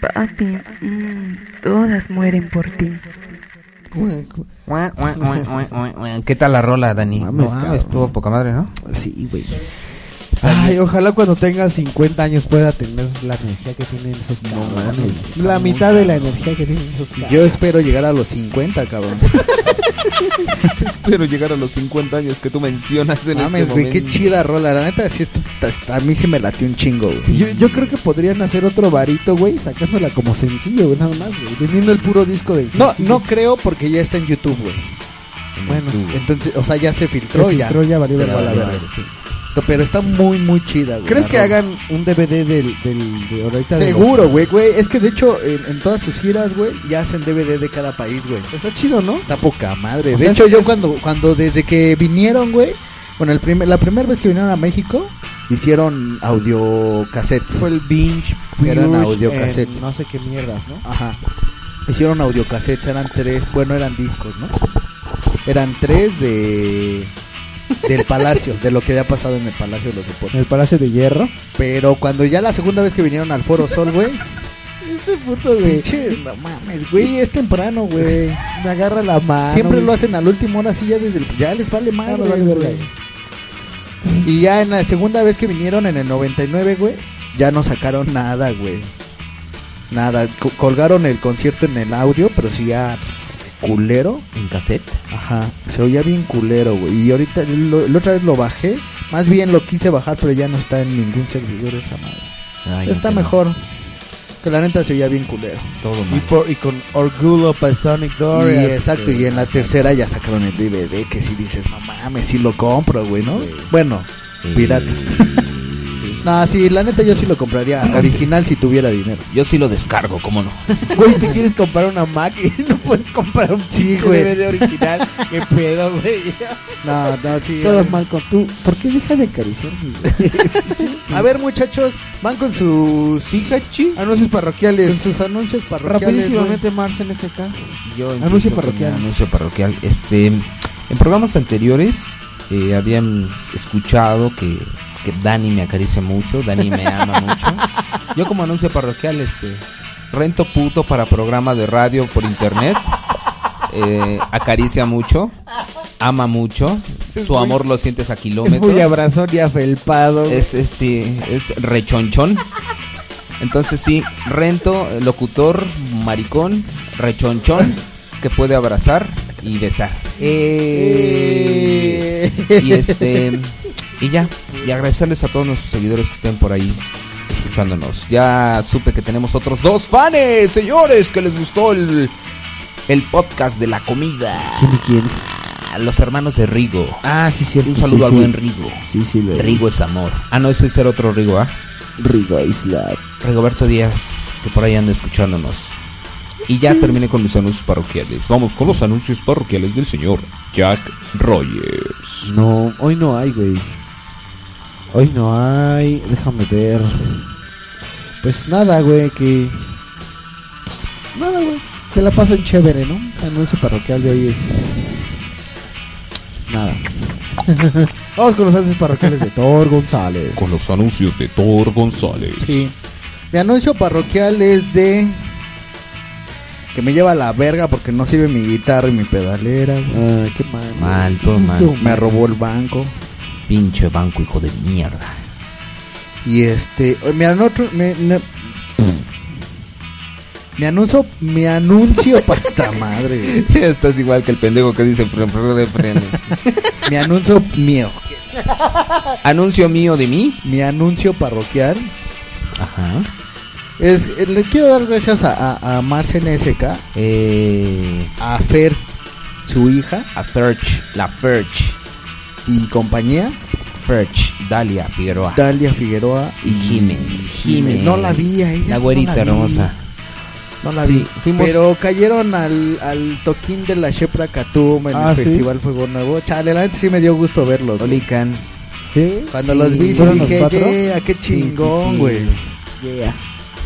Papi, mm, todas mueren por ti. ¿Qué tal la rola, Dani? Mames, No mames, cabrón. estuvo poca madre, ¿no? Sí, güey. Ay, ojalá cuando tenga 50 años pueda tener la energía que tienen esos cabrones. la mitad de la energía que tienen esos cabrones. Yo espero llegar a los 50, cabrón. [LAUGHS] Espero llegar a los 50 años que tú mencionas en Mames, este güey, qué momento. chida rola. La neta, sí, está- está- está- a mí sí me latió un chingo, güey. Sí, yo, yo creo que podrían hacer otro varito, güey, sacándola como sencillo, güey, nada más, güey. Vendiendo el puro disco del No, sencillo. no creo porque ya está en YouTube, güey. Bueno, Entonces, o sea, ya se se filtró, ya. filtró, ya valió Se verga, fue a la valió verga, pues, verga. sí. Pero está muy, muy chida, güey. ¿Crees la que rola. hagan un DVD del, del, de ahorita? de los- Seguro, güey, güey. Es que de hecho, en, en todas sus giras, güey, ya hacen DVD de cada país, güey. Está chido, ¿no? Está poca madre. O De sea, hecho, es- yo es- cuando, cuando desde que vinieron, güey, bueno, el primer, la primera vez que vinieron a México, hicieron audio cassettes. Fue el binge, Eran Purge audiocassettes. en No sé qué mierdas, ¿no? Ajá. Hicieron audiocassettes, eran tres, bueno, eran discos, ¿no? Eran tres de del palacio, de lo que había pasado en el Palacio de los En Deportes. el Palacio de Hierro. Pero cuando ya la segunda vez que vinieron al Foro Sol, güey, [LAUGHS] Este puto de. pinche, no mames, güey, es temprano, güey. Me agarra la mano. Siempre lo hace. hacen al último hora así ya desde el, ya les vale madre, les vale verga. güey. Y ya en la segunda vez que vinieron en el 99, güey, ya no sacaron nada, güey. Nada, co- colgaron el concierto en el audio, pero sí ya culero. En cassette. Ajá, se oía bien culero, güey. Y ahorita, lo- la otra vez lo bajé. Más bien lo quise bajar, pero ya no está en ningún servidor esa madre. Ay, está no, que no. mejor. Que la neta se oía bien culero. Todo Y, mal. por, y con orgullo para Sonic Y Glorious. exacto, y en la tercera ya sacaron el DVD, que si dices, no mames, si lo compro, güey, ¿no? Bueno, Eh. pirata. [LAUGHS] no, sí, la neta yo sí lo [LAUGHS] compraría original si tuviera dinero. Yo sí lo descargo, ¿cómo no? Güey, te quieres comprar una [LAUGHS] Mac y no puedes comprar un Sí, pinche güey. DVD original. [LAUGHS] Qué pedo, güey. No, no, sí. Todo güey. mal con tú. ¿Por qué deja de acariciar mi [LAUGHS] A ver, muchachos, van con sus anuncios parroquiales. Con sus anuncios parroquiales. Rapidísimamente Mars en SK. Yo Anuncio empiezo con parroquial. mi Anuncio parroquial. Este, en programas anteriores eh, habían escuchado que, que Dani me acaricia mucho, Dani [LAUGHS] me ama mucho. Yo como anuncio parroquial, este, rento puto para programa de radio [LAUGHS] por internet. Eh, acaricia mucho, ama mucho, su amor lo sientes a Es kilómetros. muy abrazón y afelpado. güey. Es, es, sí, es rechonchón. Entonces sí, rento, locutor, maricón, rechonchón, que puede abrazar y besar. Eh, Y este y ya, y agradecerles a todos nuestros seguidores que estén por ahí escuchándonos. Ya supe que tenemos otros dos fans, señores, que les gustó el, el podcast de la comida. A Los hermanos de Rigo. Ah, sí, cierto. Un saludo al sí, buen sí. Rigo. Sí, sí, lo Rigo es amor. Ah, no, ese es el otro Rigo, ¿ah? Rigo Isla. Rigoberto Díaz, que por ahí anda escuchándonos. Y ya terminé con mis anuncios parroquiales. Vamos con los anuncios parroquiales del señor Jack Rogers. No, hoy no hay, güey. Hoy no hay. Déjame ver. Pues nada, güey, que. Nada, güey. Que la pasen chévere, ¿no? El anuncio parroquial de hoy es. [LAUGHS] Nada. Vamos con los anuncios parroquiales de Thor González. Con los anuncios de Thor González. Sí. Mi anuncio parroquial es de. Que me lleva a la verga porque no sirve mi guitarra y mi pedalera. güey. Ah, qué mal. güey. Mal, todo ¿Qué es mal. esto? Me robó el banco. Pinche banco, hijo de mierda. Y este. Mi anuncio. Mi, ne- mi anuncio. [LAUGHS] Mi anuncio. Pata madre. güey. Estás igual que el pendejo que dice "Fren, fren, fren". Mi anuncio mío. Anuncio mío de mí. Mi anuncio parroquial. Ajá. Es, eh, le quiero dar gracias a, a, a Marcel SK, [LAUGHS] Eh, a Fer, su hija a Ferch, la Ferch. y compañía, Ferch, Dalia Figueroa. Dalia Figueroa y Jime. Jime. No la vi a ella. La güerita hermosa. No la Sí, vi. fuimos- Pero cayeron al, al toquín de la Shepra Catum en Ah, el ¿sí? Festival Fuego Nuevo. Chale, la neta sí me dio gusto verlos. güey. Olican. Sí. Cuando Sí. los vi, sí ¿Fueron los dije, cuatro? yeah, qué chingón, güey. Yeah.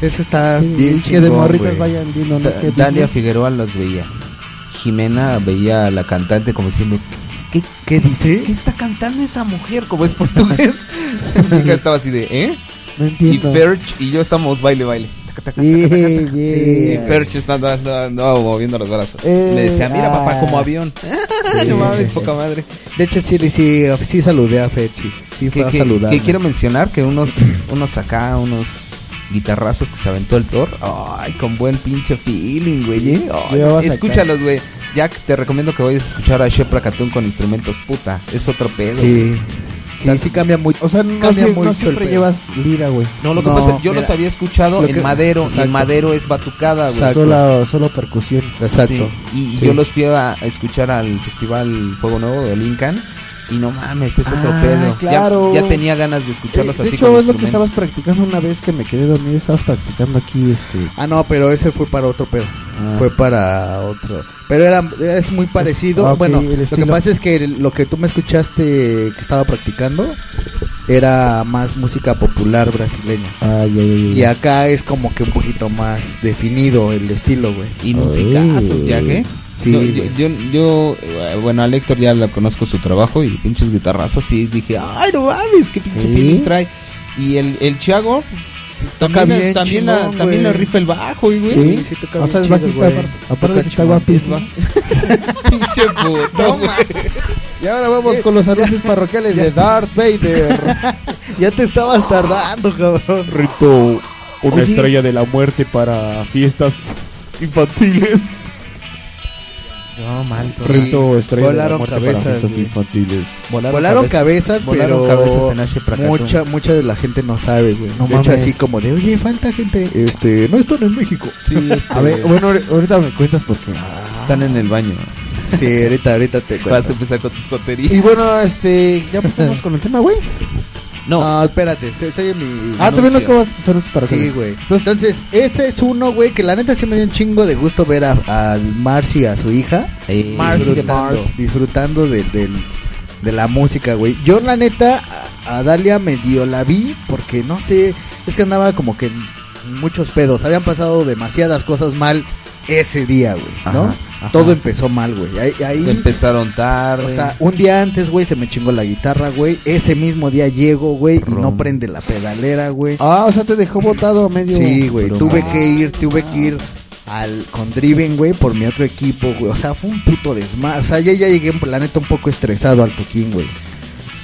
Eso está Sí, bien y que de chingón, morritas güey. vayan viendo, ¿no? Da- Qué Dalia business. Figueroa las veía. Jimena veía a la cantante como diciendo, ¿qué, ¿Qué dice? [LAUGHS] qué está cantando esa mujer? Como es portugués. Mi hija estaba así de, ¿eh? No Y entiendo. Ferch y yo estamos baile, baile. Yeah, Y yeah. Ferch está andaba- andaba- andaba moviendo los brazos. Eh, Le decía, mira papá, ah. como avión. [LAUGHS] no mames, poca madre. De hecho, sí, sí, sí saludé a Ferchis. Sí, fue que, a que- saludar. que quiero mencionar que unos, unos acá, unos guitarrazos que se aventó el Thor. Ay, con buen pinche feeling, güey. ¿eh? Ay, Llevabas acá. escúchalos, güey. Jack, te recomiendo que vayas a escuchar a Shepra Catún con instrumentos, puta. Es otro pedo. Sí, sí, sí cambia mucho. O sea, no, Cambia sie- mucho no el siempre pedo. llevas lira, güey. No, lo que No, pasa, yo mira, los había escuchado lo en que- madero. y En exacto. madero es batucada, güey. Exacto. Solo, solo percusión. Exacto. Sí, Y y Sí. yo los fui a a escuchar al festival Fuego Nuevo de Lincoln. Y no mames, es otro Ah, pedo. Ya- claro. Ya, tenía ganas de escucharlos Eh, así de hecho, con es lo que instrumentos. estabas practicando una vez que me quedé dormido. Estabas practicando aquí, este. Ah, no, pero ese fue para otro pedo. ah, Fue para otro. Pero era, es muy parecido. ah, ok, bueno, el lo que estilo. pasa es que el- lo que tú me escuchaste que estaba practicando era más música popular brasileña. Ah, ya, ya, ya, Y ya. acá es como que un poquito más definido el estilo, güey. Y musicazos, Ay. ya que. Sí, No, güey. yo, yo, yo, eh, bueno, a Héctor ya la conozco su trabajo y pinches guitarrazos. Sí, dije, ay, no mames, qué pinche Sí. feeling trae. Y el, el Chago Toca también, la- bien también, chingón, la, también güey. le rifa el bajo, güey. Sí, sí, toca o sea, bien es bajista chido, güey. aparte. Aparte de Toca que está chingón. guapísimo. [LAUGHS] Pinche puto, güey. Y ahora vamos Eh, con los anuncios parroquiales de Darth Vader. [LAUGHS] Ya te estabas tardando, cabrón. Rito, una estrella de la muerte para fiestas infantiles. No, mal. Sí. Rito, estrella de la Volaron muerte cabezas, para fiestas güey. infantiles. Volaron cabezas, Volaron pero cabezas en Ashe Prakatun. Mucha, mucha de la gente no sabe, güey. No de hecho, mames. así como de, oye, falta gente. Este, no están en México. [LAUGHS] Sí, este, A ver, bueno, ahor- ahorita me cuentas porque. están en el baño. ah, Sí, ahorita, ahorita te Vas a cuento. empezar con tus joterías. Y bueno, este. Ya pasamos con el tema, güey. No, espérate, se- soy en mi. Ah, también lo acabas de pasar Sí, güey. Entonces, ese es uno, güey, que la neta sí me dio un chingo de gusto ver a, a Marcy y a su hija. Eh, Marcy de disfrutando, Mars. disfrutando de, del- de la música, güey. Yo, la neta, a, a Dalia medio la vi porque no sé, es que andaba como que en muchos pedos. Habían pasado demasiadas cosas mal ese día, güey, ¿no? Ajá, ajá. Todo empezó mal, güey. Ahí, ahí- Empezaron tarde. o sea, un día antes, güey, se me chingó la guitarra, güey. Ese mismo día llego, güey, y no Rum. prende la pedalera, güey. Ah, o sea, te dejó botado a medio. Sí, güey, Pero- tuve que ir, tuve que ir al con Driven, güey, por mi otro equipo, güey. O sea, fue un puto desmadre. O sea, yo ya llegué, la neta, un poco estresado al toquín, güey.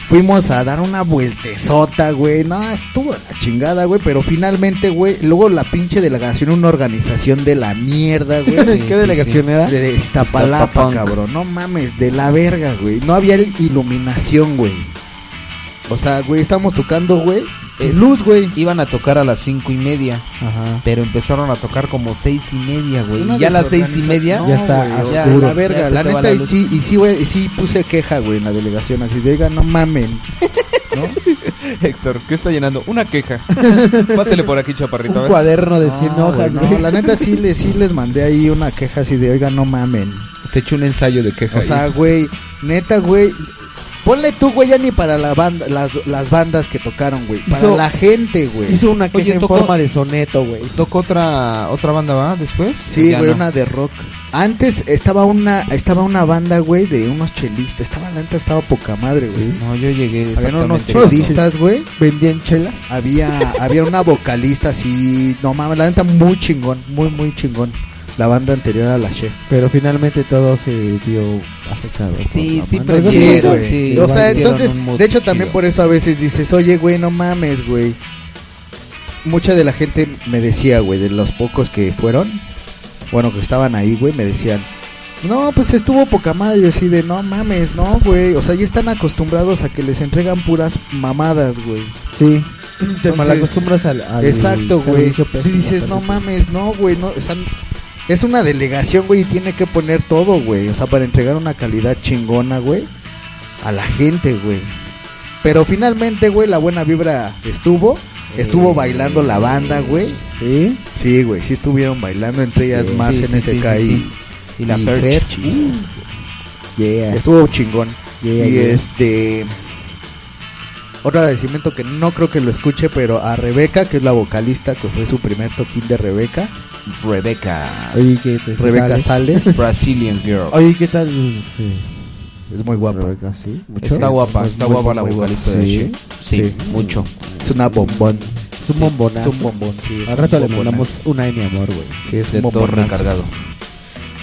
Fuimos a dar una vueltezota, güey. No, estuvo de la chingada, güey. Pero finalmente, güey, luego la pinche delegación, una organización de la mierda, güey. [LAUGHS] ¿Qué delegación era? De Iztapalapa, Iztapapunk. cabrón. No mames, de la verga, güey. No había il- iluminación, güey. O sea, güey, estamos tocando, güey. sin Es- luz, güey. Eh, Iban a tocar a las cinco y media, Ajá. pero empezaron a tocar como seis y media, güey. Una Y ya a las seis y desorganiza- media, No, Ya está güey, oscuro. Ah, ya, la verga, Ya se la te va neta, la y luz. sí, y sí, güey, sí puse queja, güey, en la delegación, así de, oiga, no mamen. Héctor, ¿qué está llenando? Una queja. Pásale por aquí, chaparrito. a Un ver. cuaderno de 100 No, hojas, güey, güey. No, la neta, sí, le, sí les mandé ahí una queja así de, oiga, no mamen. Se echó un ensayo de queja. O sea, ahí. güey, neta, güey, ponle tú, güey, ya ni para la banda, las, las bandas que tocaron, güey, para Hizo- la gente, güey. Hizo una queja Oye, en tocó- forma de soneto, güey. tocó otra Ah, otra banda, ¿va? Después. Sí, Ya güey, no. una de rock. Antes estaba una, estaba una banda, güey, de unos chelistas. Estaba la neta, estaba poca madre, güey. No, yo llegué. Habían unos exactamente chelistas, güey. Vendían chelas. Había, había una vocalista así, no mames, la neta muy chingón, muy muy chingón. La banda anterior a la She. Pero finalmente todo se vio afectado. por Sí, la sí, banda. pero- ¿Algo Sí, que hizo? güey. sí, o sea, igual hicieron entonces, un mood de hecho también chido. por eso a veces dices, oye, güey, no mames, güey. Mucha de la gente me decía, güey, de los pocos que fueron, bueno, que estaban ahí, güey, me decían, no, pues estuvo poca madre, yo así de, no mames, no, güey. O sea, ya están acostumbrados a que les entregan puras mamadas, güey. Sí. Te Entonces- malacostumbras al, al Exacto, güey. servicio Si pésimo, dices, al no servicio". mames, no, güey, no, o sea, es una delegación, güey, y tiene que poner todo, güey, o sea, para entregar una calidad chingona, güey, a la gente, güey. Pero finalmente, güey, la buena vibra estuvo, estuvo bailando la banda, güey. Sí. Sí, güey, sí estuvieron bailando entre ellas Sí, Mars sí, sí, NSK sí, y, sí. Y la y Ferch. Ferchis. Yeah. Estuvo chingón. yeah, y yeah. este otro agradecimiento que no creo que lo escuche, pero a Rebeca, que es la vocalista, que fue su primer toquín de Rebeca. Rebeca. Oye, ¿qué te- Rebeca tal, eh? [LAUGHS] Sales. Brazilian Girl. Oye, ¿qué tal? este, Sí. Es muy guapa. Rebeca, sí. Mucho. Está guapa, está muy, guapa muy la guapa. vocalista de Sí. She. Sí, Sí. mucho. Es una bombón. Es un bombonazo. Es un bombón, sí, es Al un rato le bombonazo. mandamos una de mi amor, güey. Sí, es De un todo bombonazo. recargado.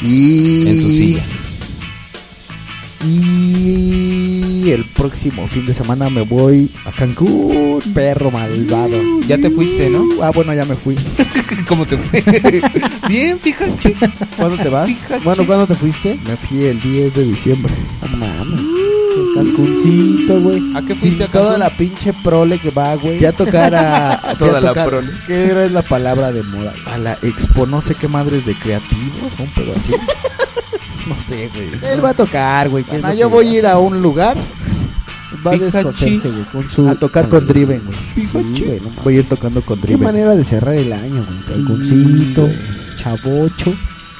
Y... En su silla. Y el próximo fin de semana me voy a Cancún, perro malvado. Ya te fuiste, ¿no? Ah, bueno, ya me fui. ¿Cómo te fue? Bien, fíjate. ¿Cuándo te vas? Bueno, ¿cuándo te fuiste? Me fui el 10 de diciembre. No mames. Calcuncito, güey. ¿A qué Sí, fuiste a Toda Cancún? la pinche prole que va, güey. Fui a tocar [LAUGHS] a... fui a Toda la tocar- prole. ¿Qué era es la palabra de moda? güey? A la expo no sé qué madres de creativos, un pedo así. [LAUGHS] No sé, güey. Él va a tocar, güey. ¿qué es Ah, lo yo que voy a hace? ir a un lugar. Va a descoserse, güey. Con su... a tocar con Driven, güey. Sí, güey, no mames. Voy a ir tocando con Qué Driven. manera de cerrar el año, güey. Calcuncito, chavocho.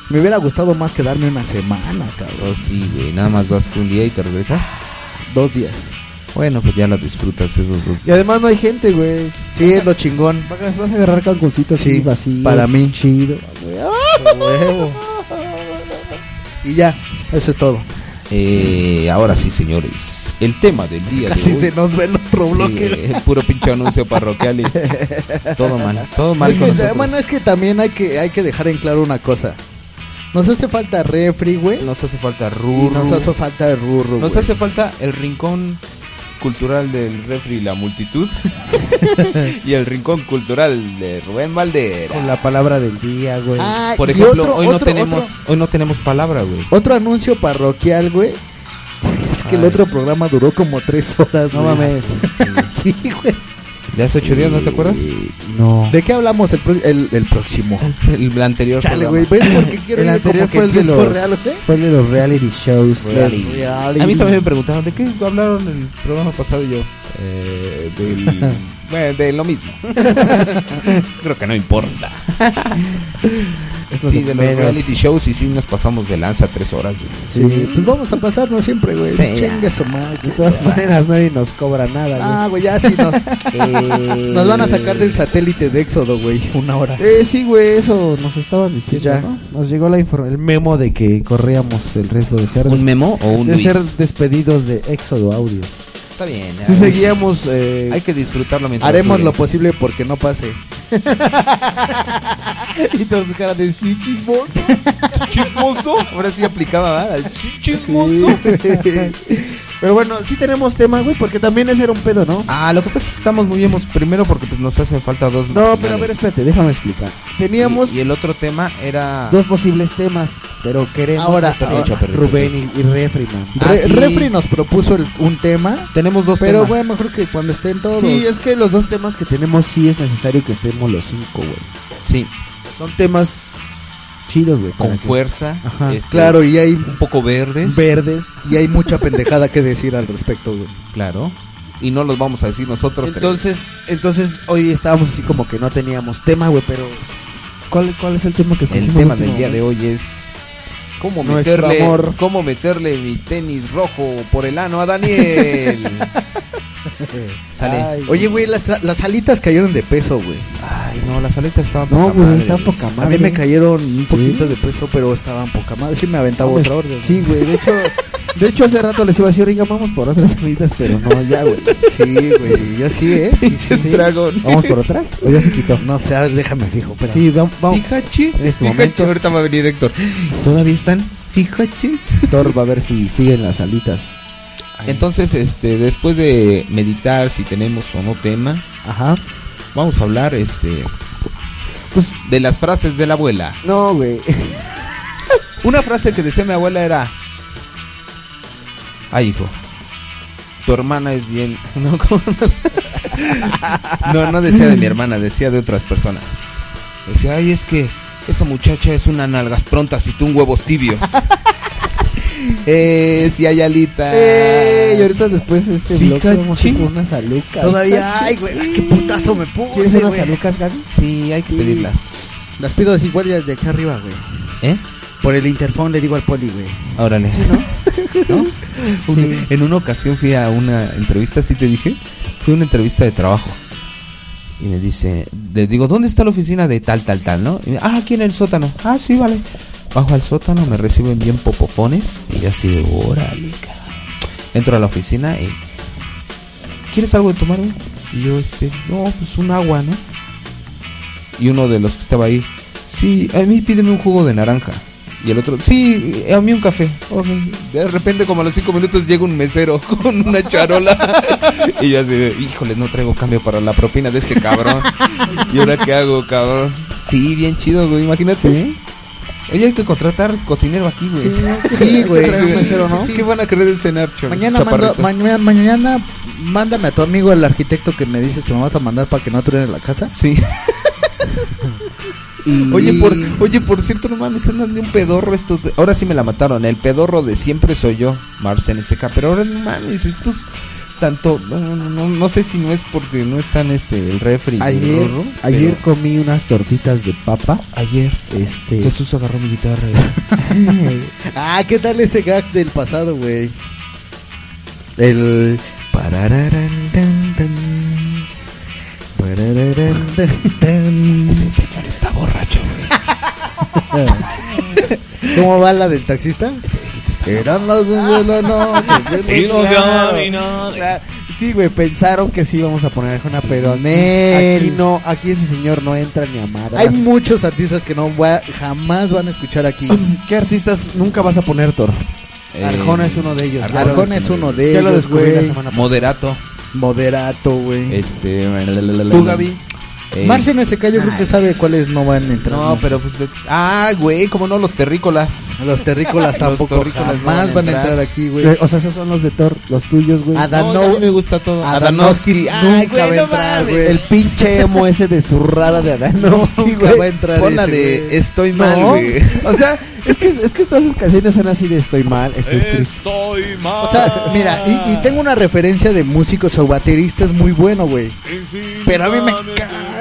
Me hubiera gustado más quedarme una semana, cabrón. Oh, sí, güey. Nada más vas que un día y te regresas. Dos días. Bueno, pues ya la disfrutas esos dos. Y además no hay gente, güey. Sí, es lo chingón. Vas vas a agarrar Calcuncito así, Sí, vacío. para mí. Chido, güey. Huevo. Y ya, eso es todo. Eh, ahora sí, señores. El tema del día de Casi hoy. se nos ve el otro Sí, bloque. eh, puro pinche anuncio parroquial y [LAUGHS] todo mal, todo mal Es con que, nosotros. bueno, es que también hay que, hay que dejar en claro una cosa. Nos hace falta refri, güey. Nos hace falta Y rurro. nos hace falta rurro, Nos güey. hace falta el rincón cultural del refri La Multitud [LAUGHS] y el rincón cultural de Rubén Valdera. Con la palabra del día, güey. Ah, Por y ejemplo, otro- hoy no otro- tenemos Otro, hoy no tenemos palabra, güey. otro anuncio parroquial, güey. Es que el Ay. otro programa duró como tres horas, No güey. mames. [LAUGHS] Sí, güey. De hace ocho días, ¿no te acuerdas? No. ¿De qué hablamos el, pro- el- el [LAUGHS] próximo? El, anterior Chale, programa. güey. ¿Ves por qué quiero El ir como anterior que fue el de en tiempo los real, o qué? fue el de los reality shows. Reality. Reality. A mí también me preguntaron, ¿de qué hablaron el programa pasado? Y yo, eh, [LAUGHS] del, bueno, de lo mismo. [LAUGHS] Creo que no importa. lo sí, de de los menos. reality shows, y sí nos pasamos de lanza tres horas. güey. Sí, pues vamos a pasarnos siempre, güey. Pues Sí, ya. Chingue su madre. De [LAUGHS] todas maneras nadie nos cobra nada, Eh. Ah, güey, ya sí nos, [LAUGHS] Eh, güey. nos van a sacar del satélite de Éxodo, güey. Una hora. Eh, sí, güey, eso nos estaban diciendo, Ya. ¿no? Nos llegó la inform- el memo de que corríamos el riesgo de ser ¿Un memo o un de Luis? ser despedidos de Éxodo Audio. Está bien. Si hay- seguíamos eh, Hay que disfrutarlo mientras Haremos dure. lo posible porque no pase. [LAUGHS] y toda su cara de sí, [LAUGHS] chismoso. ¿Chismoso? Ahora sí aplicaba, ¿verdad? Sí, chismoso. [LAUGHS] Pero bueno, sí tenemos tema, güey, porque también ese era un pedo, ¿no? Ah, lo que pasa es que estamos muy hemos primero porque pues, nos hacen falta dos No, pero a marginales. ver, espérate, déjame explicar. Teníamos Y, y el otro tema era... dos posibles temas, pero queremos Ahora, hacer- ahora, Rubén y, y Refriman. Ah, Re- sí. Refri nos propuso el- un tema. Tenemos dos Pero, temas. güey, mejor que cuando estén todos. Sí, es que los dos temas que tenemos sí es necesario que estemos los cinco, güey. Sí, Son temas chidos, güey. para con que- fuerza. Ajá. este, Claro, y hay, Un poco verdes. Verdes. y hay mucha pendejada que decir al respecto, güey. Claro. Y no los vamos a decir nosotros. tres. Entonces, entonces hoy estábamos así como que no teníamos tema, güey, pero ¿cuál, ¿cuál es el tema que escogimos? el tema último, del día de güey? hoy es... ¿Cómo Nuestro meterle, amor. ¿Cómo meterle mi tenis rojo por el ano a [LAUGHS] Daniel? Sale. Ay, Oye, güey, las, las alitas cayeron de peso, güey. Ay, no, las aletas estaban No, poca güey, madre, está güey. poca A madre. mí me cayeron un ¿Sí? poquito de peso, pero estaban poca madre. Sí, me aventaba Mames, otra orden. Sí, güey, de hecho, de hecho hace rato les iba a decir, oiga, vamos por otras salidas, pero no, ya, güey. Sí, güey, yo sí, ¿eh? Sí, sí, sí. ¿Vamos [LAUGHS] por otras? O ya se quitó. No sé, a ver, déjame fijo. Pero... Sí, vamos, vamos. Fijachi. En este Fijachi, momento. ahorita va a venir Héctor. ¿Todavía están? Fijachi. Thor va a ver si siguen las alitas. Entonces, este, después de meditar si tenemos o no tema, Ajá. vamos a hablar, este, Pues, de las frases de la abuela. no, güey. Una frase que decía mi abuela era, ay hijo, tu hermana es bien, [LAUGHS] no, ¿cómo no? no, no decía de mi hermana, decía de otras personas. Decía, ay es que esa muchacha es una nalgas prontas y tú un huevos [LAUGHS] tibios. eh, si hay Ah, alitas. Eh, y ahorita después de este bloque Fíjate. vamos a ir por unas alucas. Todavía, ay, güey, ah, qué putazo me ¿Quieres puse, unas güey. alucas, Gaby? Sí, hay que pedirlas. Las pido así, igual desde acá arriba, güey. ¿Eh? Por el interfón le digo al poli, güey. Órale. [LAUGHS] ¿No? Sí. En una ocasión fui a una entrevista, sí te dije, fui a una entrevista de trabajo. Y me dice, le digo, ¿dónde está la oficina de tal, tal, tal, no? Y me, ah, aquí en el sótano. Ah, sí, vale. Bajo al sótano, me reciben bien popofones. Y yo así de, órale, cabrón". Entro a la oficina y, ¿quieres algo de tomar, güey? Y yo, este, no, pues un agua, ¿no? Y uno de los que estaba ahí, sí, a mí pídeme un jugo de naranja. Y el otro, sí, a mí un café. Ok. De repente, como a los cinco minutos, llega un mesero [LAUGHS] con una charola. [LAUGHS] y yo así, de, híjole, no traigo cambio para la propina de este cabrón. [LAUGHS] ¿Y ahora qué hago, cabrón? Sí, bien chido, güey, imagínate. Oye, hay que contratar cocinero aquí, güey. Sí, Sí, güey. Traes sí. mesero, ¿no? ¿Qué van a querer de cenar, chon- Mañana, mando- chaparritos? mañana, mañana mándame a tu amigo el arquitecto que me dices que me vas a mandar para que no truene la casa. Sí. Oye, por, oye, por cierto, no mames, andan de un pedorro estos. de- Ahora sí me la mataron. El pedorro de siempre soy yo, Marcen SK. Pero ahora no mames, estos. Tanto. No, no, no, no sé si no es porque no están este, el refri. Ayer, el rorro, ayer comí unas tortitas de papa. Ayer. Este. pero Jesús agarró mi guitarra. [LAUGHS] [LAUGHS] ah, ¿qué tal ese gag del pasado, güey? El. Parararán, tan, tan. Parararán, tan, tan. Ese señor está borracho, güey. [LAUGHS] ¿Cómo va la del taxista? Eran las dos de la noche. Y lo Claro. caminó. Claro. Sí, güey, pensaron que sí íbamos a poner alguna, pero Nel. aquí no, aquí ese señor no entra ni a madras. Hay muchos artistas que no va- jamás van a escuchar aquí. ¿Qué artistas nunca vas a poner, Thor? Eh, Arjona es uno de ellos. Arjona Arjona es uno de Ya lo ellos, descubrí la güey. semana Moderato. Moderato, güey. Este. ¿Tú, Gaby? Eh, Marce no se cayó, creo que sabe cuáles no van a entrar. No, pero pues. de- Ah, güey, como no, los terrícolas. Los [LAUGHS] terrícolas tampoco jamás van a entrar aquí, güey. Eh, O sea, esos son los de Thor, los tuyos, güey. Adano- No, a mí me gusta todo. Adanovsky Ay, nunca güey, va a no entrar, mames. güey. El pinche emo ese de zurrada de Adanovsky, Nunca güey. va a entrar Pon la ese, de- güey. Estoy No. mal, güey. O sea, [LAUGHS] es que, es que todas sus canciones son así de estoy mal, estoy triste. Estoy mal. O sea, mira, y, y tengo una referencia de músicos o bateristas muy bueno, güey. Pero a mí me caga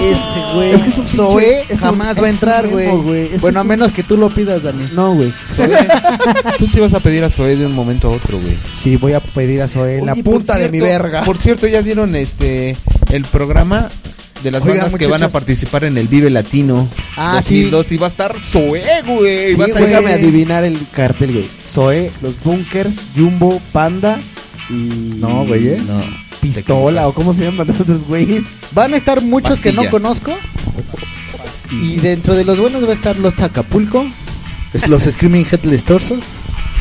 ese, güey. Es que es un pinche- Zoé es un- jamás es va a entrar, un güey. emo, güey. Es que Bueno, es a un- menos que tú lo pidas, Dani. No, güey. [LAUGHS] Tú sí vas a pedir a Zoé de un momento a otro, güey. Sí, voy a pedir a Zoe en la Oye, por punta de mi cierto- verga. Por cierto, ya dieron este el programa de las Oigan, bandas que van a muchachos. participar en el Vive Latino. Ah, 2002, y va a estar Zoé, güey. Sí, Vas a- güey. Déjame güey. adivinar el cartel, güey. Zoe, los Bunkers, Jumbo, Panda y. No, güey, ¿eh? [LAUGHS] No. Pistola, o cómo se llaman los otros güeyes. Van a estar muchos que Pastilla. no conozco. Y dentro de los buenos va a estar los Acapulco, es los Screaming Headless Torsos,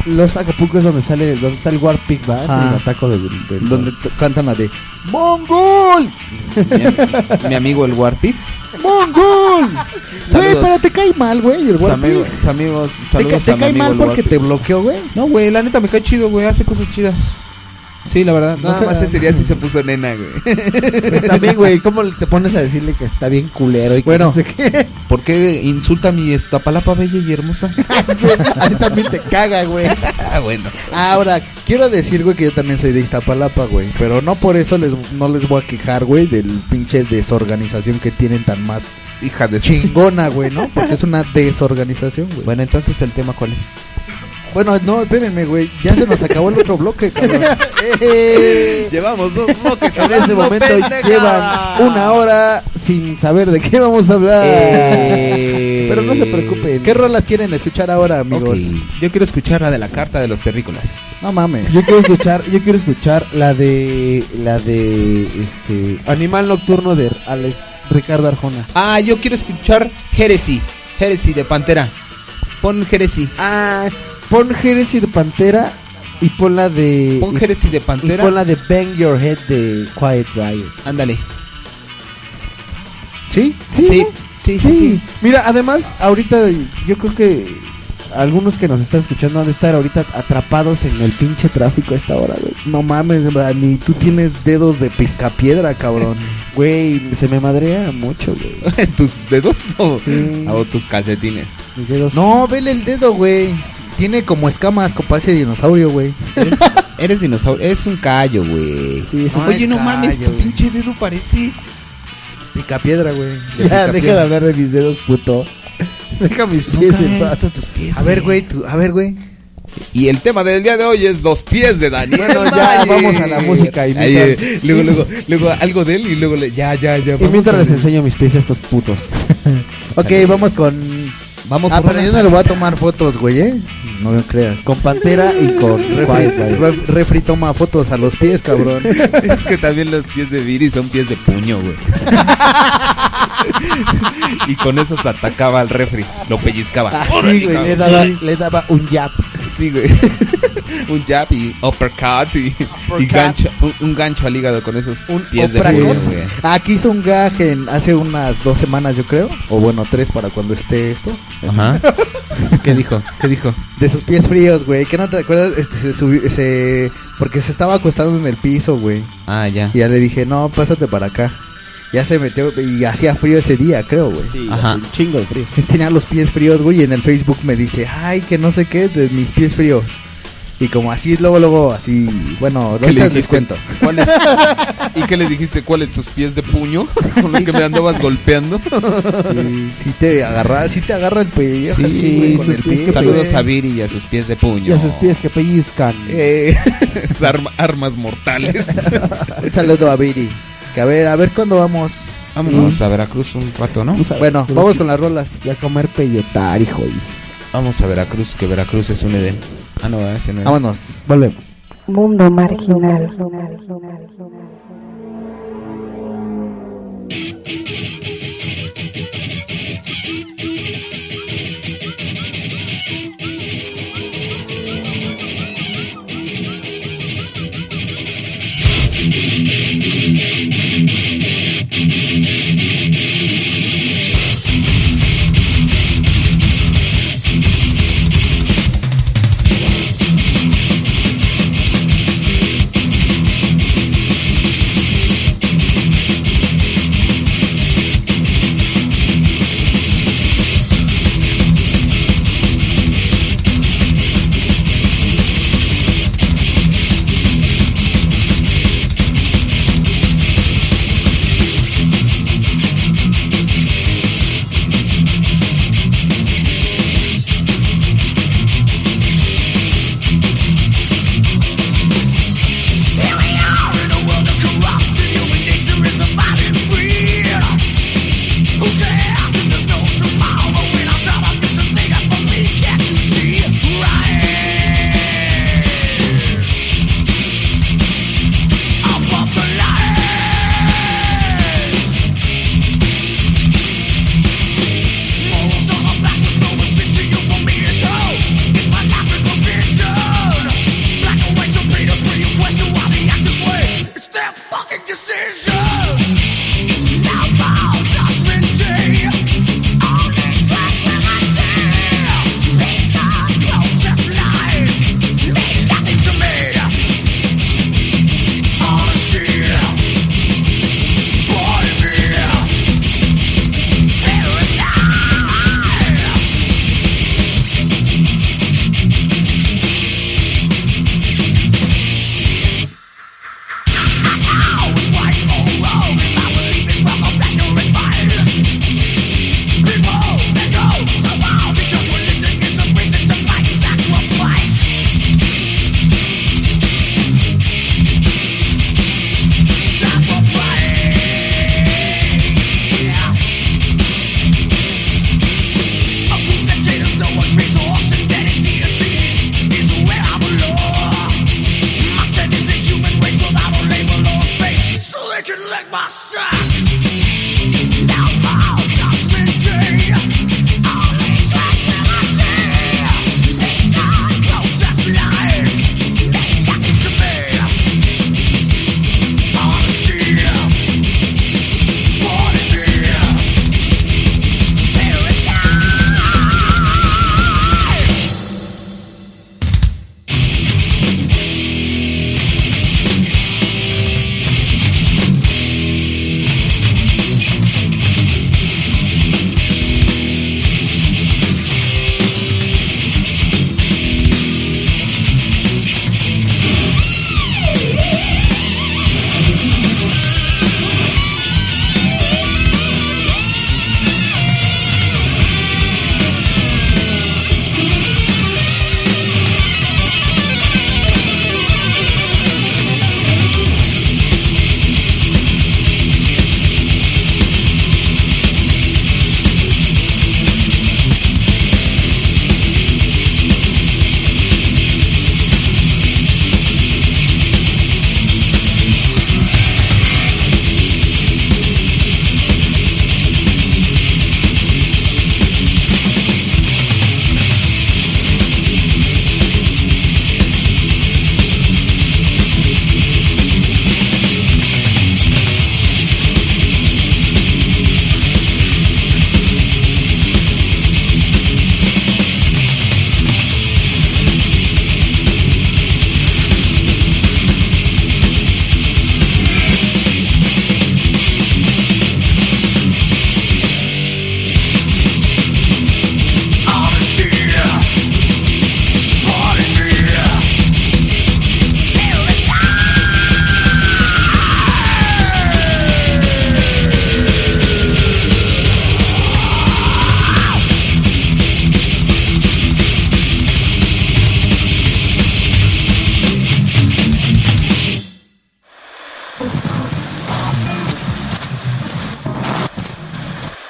Los Acapulco es donde sale, donde está el War Pig, ¿va? Es Ah. el ataco del. del- donde t- cantan la de ¡Mongol! mi, am- mi amigo el Warpig. ¡Mongol! Güey, Saludos. pero te cae mal, güey, el Sus War amigos, Pig. sus amigos, Te, ca- saludos te a mi cae amigo mal el porque Warpig. te bloqueó, güey. No, güey, la neta me cae chido, güey. Hace cosas chidas. Sí, la verdad. Nada sé, más la- ese día sí se puso nena, [LAUGHS] güey. Pues también, güey, ¿cómo te pones a decirle que está bien culero y que Bueno. no sé qué? ¿Por qué insulta a mi estapalapa bella y hermosa? [LAUGHS] [LAUGHS] A ti también te caga, güey. ah, bueno. Ahora, quiero decir, güey, que yo también soy de Iztapalapa, güey. Pero no por eso les, no les voy a quejar, güey, del pinche desorganización que tienen tan más Hija de ching. chingona, güey, ¿no? Porque es una desorganización, güey. Bueno, entonces el tema cuál es? Bueno, no, espérenme, güey. Ya se nos acabó el otro bloque, cabrón. [LAUGHS] Eh, Llevamos dos bloques [LAUGHS] En este momento llevan una hora sin saber de qué vamos a hablar. Pero no se preocupen. ¿Qué rolas quieren escuchar ahora, amigos? Yo quiero escuchar la de la carta de los terrícolas. No mames. Yo quiero escuchar, yo quiero escuchar la de la de este Animal Nocturno de Ale- Ricardo Arjona. Ah, yo quiero escuchar Heresy. Heresy de Pantera. Pon Heresy. Ah, pon Heresy de Pantera y pon la de Pon y- Heresy de y, Pantera. pon la de Bang Your Head de Quiet Riot. Ándale. ¿Sí? Sí, ¿no? sí, Sí. sí, sí. Mira, además ahorita yo creo que algunos que nos están escuchando han de estar ahorita atrapados en el pinche tráfico a esta hora, güey. No mames, Dani. Tú tienes dedos de picapiedra, [LAUGHS] cabrón. Güey, se me madrea mucho, güey. [LAUGHS] ¿Tus dedos o, Sí. o tus calcetines? Mis dedos. No, vele el dedo, güey. Tiene como escamas, copa ese dinosaurio, güey. Eres, eres dinosaurio. Eres un callo, güey. [LAUGHS] Sí, es un- No, Oye, es no mames, callo, tu güey. pinche dedo parece. Picapiedra, güey. Ya, deja de hablar de mis dedos, puto. Deja mis pies en paz. tus pies. A ver, güey, tú- a ver, güey. Y el tema del día de hoy es los pies de Daniel. Bueno, ya, Valle. vamos a la música, imitan. Ahí, eh, luego, luego, luego algo de él y luego le, ya, ya, ya. Y vamos mientras a- les enseño mis pies a estos [LAUGHS] putos. Ok, Sale. vamos con. Vamos Ah, por pero una yo no le voy a tomar fotos, güey, ¿eh? No me creas. Con Pantera y [LAUGHS] con Quiet Refri, Riot. ref- refri toma fotos a los pies, [LAUGHS] cabrón. [LAUGHS] Es que también los pies de Viri son pies de puño, güey. y con esos atacaba al refri, lo pellizcaba. Ah, Órale, sí, güey, le cabrón. daba, Sí. le daba un yap. Sí, güey. [LAUGHS] un jab y uppercut y, y gancho, un, un gancho al hígado con esos pies de Oprah pollo, Cox. güey. Ah, Aquí hizo un gag en- hace unas dos semanas, yo creo. O bueno, tres para cuando esté esto. Ajá. ¿Qué dijo? ¿Qué dijo? De sus pies fríos, güey. ¿Qué no te acuerdas? Este, se subió- se- porque se estaba acostando en el piso, güey. Ah, ya. Y ya le dije, no, pásate para acá. Ya se metió y hacía frío ese día, creo, güey. Sí, Ajá. hace un chingo de frío. [LAUGHS] Tenía los pies fríos, güey, y en el Facebook me dice, ay, que no sé qué, de mis pies fríos. Y como así, luego, luego, así, bueno, ¿Qué le ahorita les dijiste? cuento. ¿Cuál es- ¿Y qué le dijiste? ¿Cuáles tus pies de puño con los que me andabas golpeando? Sí, [LAUGHS] sí te agarra, sí te agarra el pellejo. Sí, así, güey, con el pie, güey. Saludos a Viri y a sus pies de puño. Y a sus pies que pellizcan. Eh, [LAUGHS] es arma- armas mortales. Un saludo a Viri. Que a ver, a ver cuándo vamos. Vamos a Veracruz un rato, ¿no? Bueno, vamos con las rolas. Y a comer peyotar, hijo. Vamos a Veracruz, que Veracruz es un Edén. Ah, no, ese no es. Vámonos. Volvemos. Mundo marginal. Thank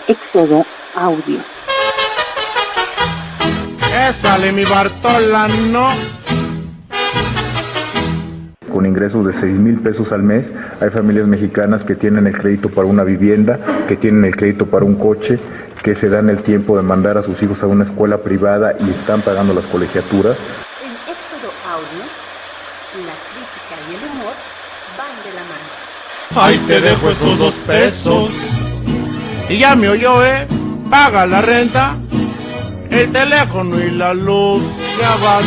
Éxodo Audio. sale mi Bartola, no. Con ingresos de 6 mil pesos al mes, hay familias mexicanas que tienen el crédito para una vivienda, que tienen el crédito para un coche, que se dan el tiempo de mandar a sus hijos a una escuela privada y están pagando las colegiaturas. En Éxodo Audio, la crítica y el humor van de la mano. Ahí te dejo esos dos pesos. Y ya me oyó, ¿eh? Paga la renta, el teléfono y la luz. Ya vas.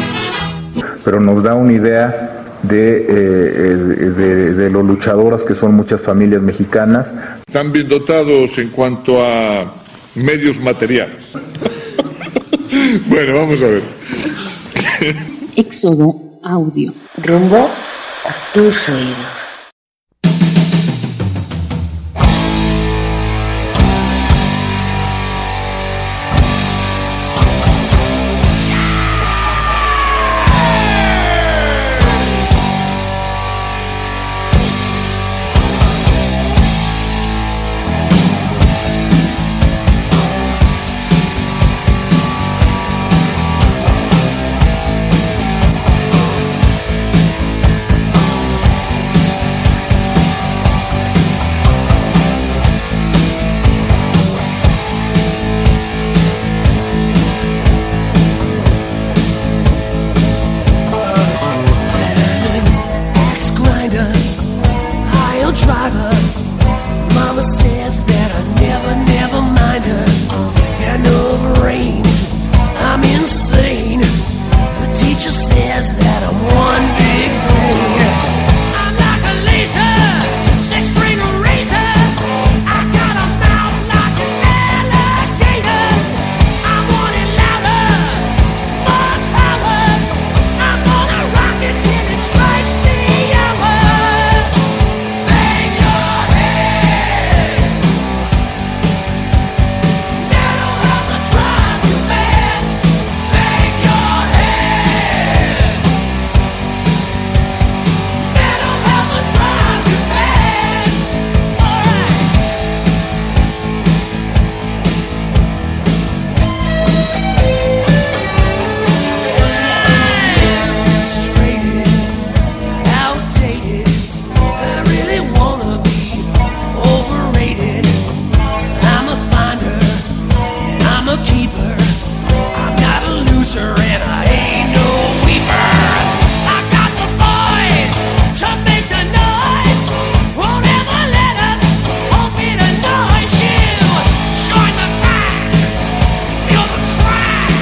pero nos da una idea de, eh, el- de- de lo luchadoras que son muchas familias mexicanas. Están bien dotados en cuanto a medios materiales. [LAUGHS] bueno, vamos a ver. Éxodo Audio. Rumbo a tus oídos. Axe grinder, aisle driver. Mama says that I never, never mind her. And over rains, I'm insane. The teacher says that I'm one big brain. I'm like a laser, six string razor. I got a mouth like an alligator. I want it louder, more power. I'm gonna rock it till it strikes the hour. Bang your head. Metal I'ma drive you mad. Bang your head. Metal I'ma drive you mad. Alright. Frustrated, outdated. I really wanna be overrated. I'm a finder and I'm a keeper. I'm not a loser and I ain't no weeper. I got the boys to make the noise. Won't ever let up, won't be the noise. You join the pack, feel the crack.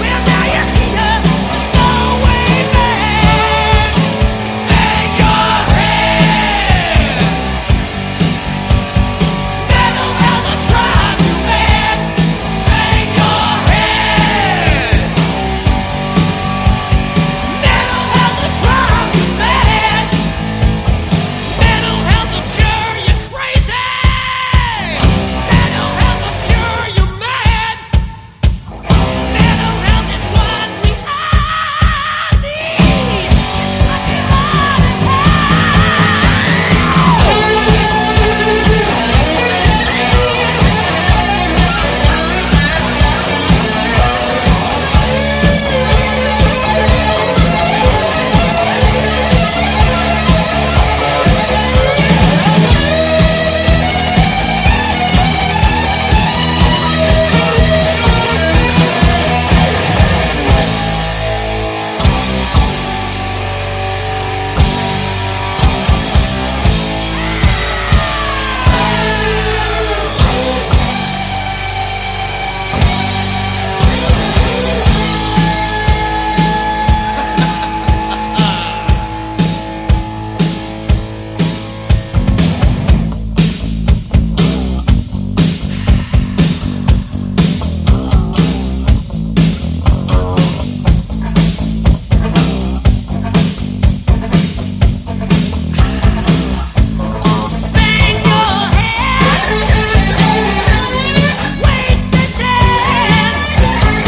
Well now you're here, there's no way back. Bang your head. Metal hammer drive you mad. Bang your head. Metal hammer drive you mad. Metal hammer cure you crazy. Metal hammer cure you mad. Metal hammer's what we all need. It's what we all Wait the day.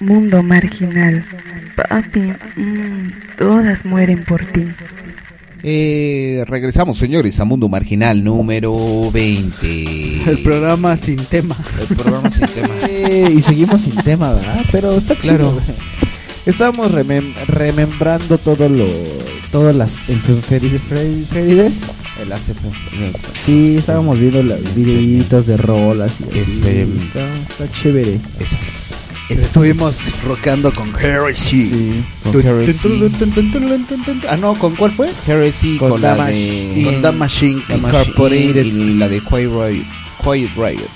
mundo marginal. Papi, mm, todas mueren por ti. Eh, regresamos, señores, a Mundo Marginal número 20. El programa sin tema. El programa sin tema. [LAUGHS] Eh, y seguimos sin tema, ¿verdad? Pero está Claro. claro. Estábamos remem- remembrando todo lo, todas las enfermeri- enfermerides. El hace Sí, estábamos viendo los videitos de rolas y así. Enfermeri- Está, está chévere. Estuvimos rockando con Heresy. con Tun, Heresy. tun, tun, tun, tun, tun, tun, tun. Ah, no, ¿con cuál fue? Heresy con, la de... Con Damage Inc. Incorporated. Y la de Quiet Riot. Quiet Riot.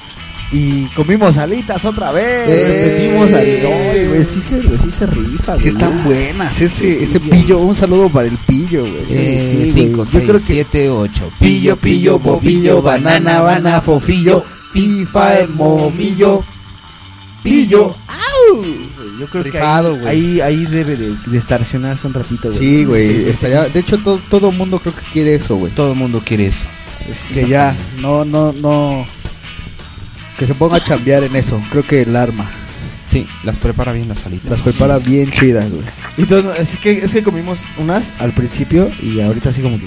Y comimos alitas otra vez. Repetimos Ay, güey, sí se, sí se rifa, Sí güey. están buenas, ese, ese pillo, un saludo para el pillo, güey. Eh, Sí, sí, cinco, güey. seis, Yo creo que Siete, ocho. pillo, pillo, bobillo, banana, banana, fofillo, FIFA, el momillo, pillo. Yo creo Rifado, que güey. ahí, ahí, ahí debe de, de estacionarse un ratito, güey. Sí, güey, estaría, de hecho todo, todo mundo creo que quiere eso, güey. Todo el mundo quiere eso. que ya, no, no, no, que se ponga a chambear en eso, creo que el arma. Sí, las prepara bien las alitas. Las prepara bien chidas, güey. Entonces, es que, es que comimos unas al principio y ahorita así como que.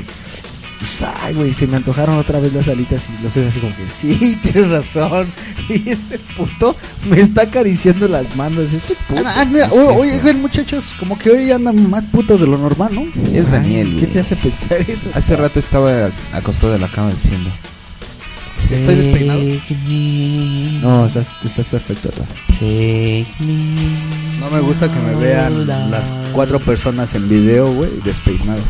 pues, ay, güey, se me antojaron otra vez las alitas y lo sé así como que sí, [LAUGHS] tienes razón. Y este puto me está acariciando las manos. Este puto. Ah, ah, mira, No es oye, cierto. oye, muchachos, como que hoy andan más putos de lo normal, ¿no? Es Daniel, ¿Qué güey. te hace pensar eso? Hace rato estaba acostado en la cama diciendo... ¿Estoy despeinado? No, estás, estás perfecto, Rafa. No me gusta que me vean las cuatro personas en video, güey, despeinado.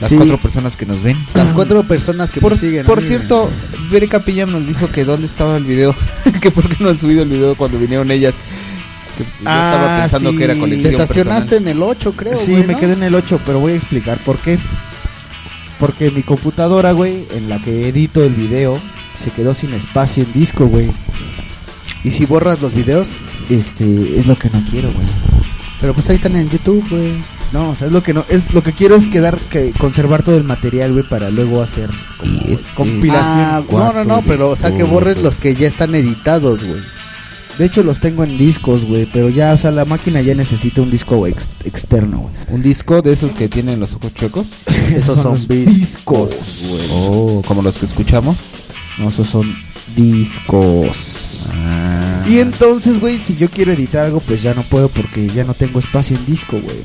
Las cuatro personas que nos ven. Las cuatro personas que Por, me siguen. por a mí, cierto, Bere Capilla nos dijo que dónde estaba el video, [LAUGHS] que por qué no han subido el video cuando vinieron ellas. Que yo estaba Ah, pensando sí. que era güey. colección Te estacionaste personal. en el 8, creo, Sí, güey, me ¿no? quedé en el 8, pero voy a explicar por qué. Porque mi computadora, güey, en la que edito el video, se quedó sin espacio en disco, güey. ¿Y si borras los videos? Este, es lo que no quiero, güey. Pero pues ahí están en YouTube, güey. No, o sea, es lo que no, es lo que quiero es quedar, que conservar todo el material, güey, para luego hacer como compilaciones. Ah, no, no, no, pero o sea que borres los que ya están editados, güey. De hecho, los tengo en discos, güey, pero ya, o sea, la máquina ya necesita un disco ex- externo, güey. ¿Un disco de esos que tienen los ojos chuecos? [LAUGHS] Esos son los discos, güey. Oh, como los que escuchamos. No, esos son discos. Ah. Y entonces, güey, si yo quiero editar algo, pues ya no puedo porque ya no tengo espacio en disco, güey.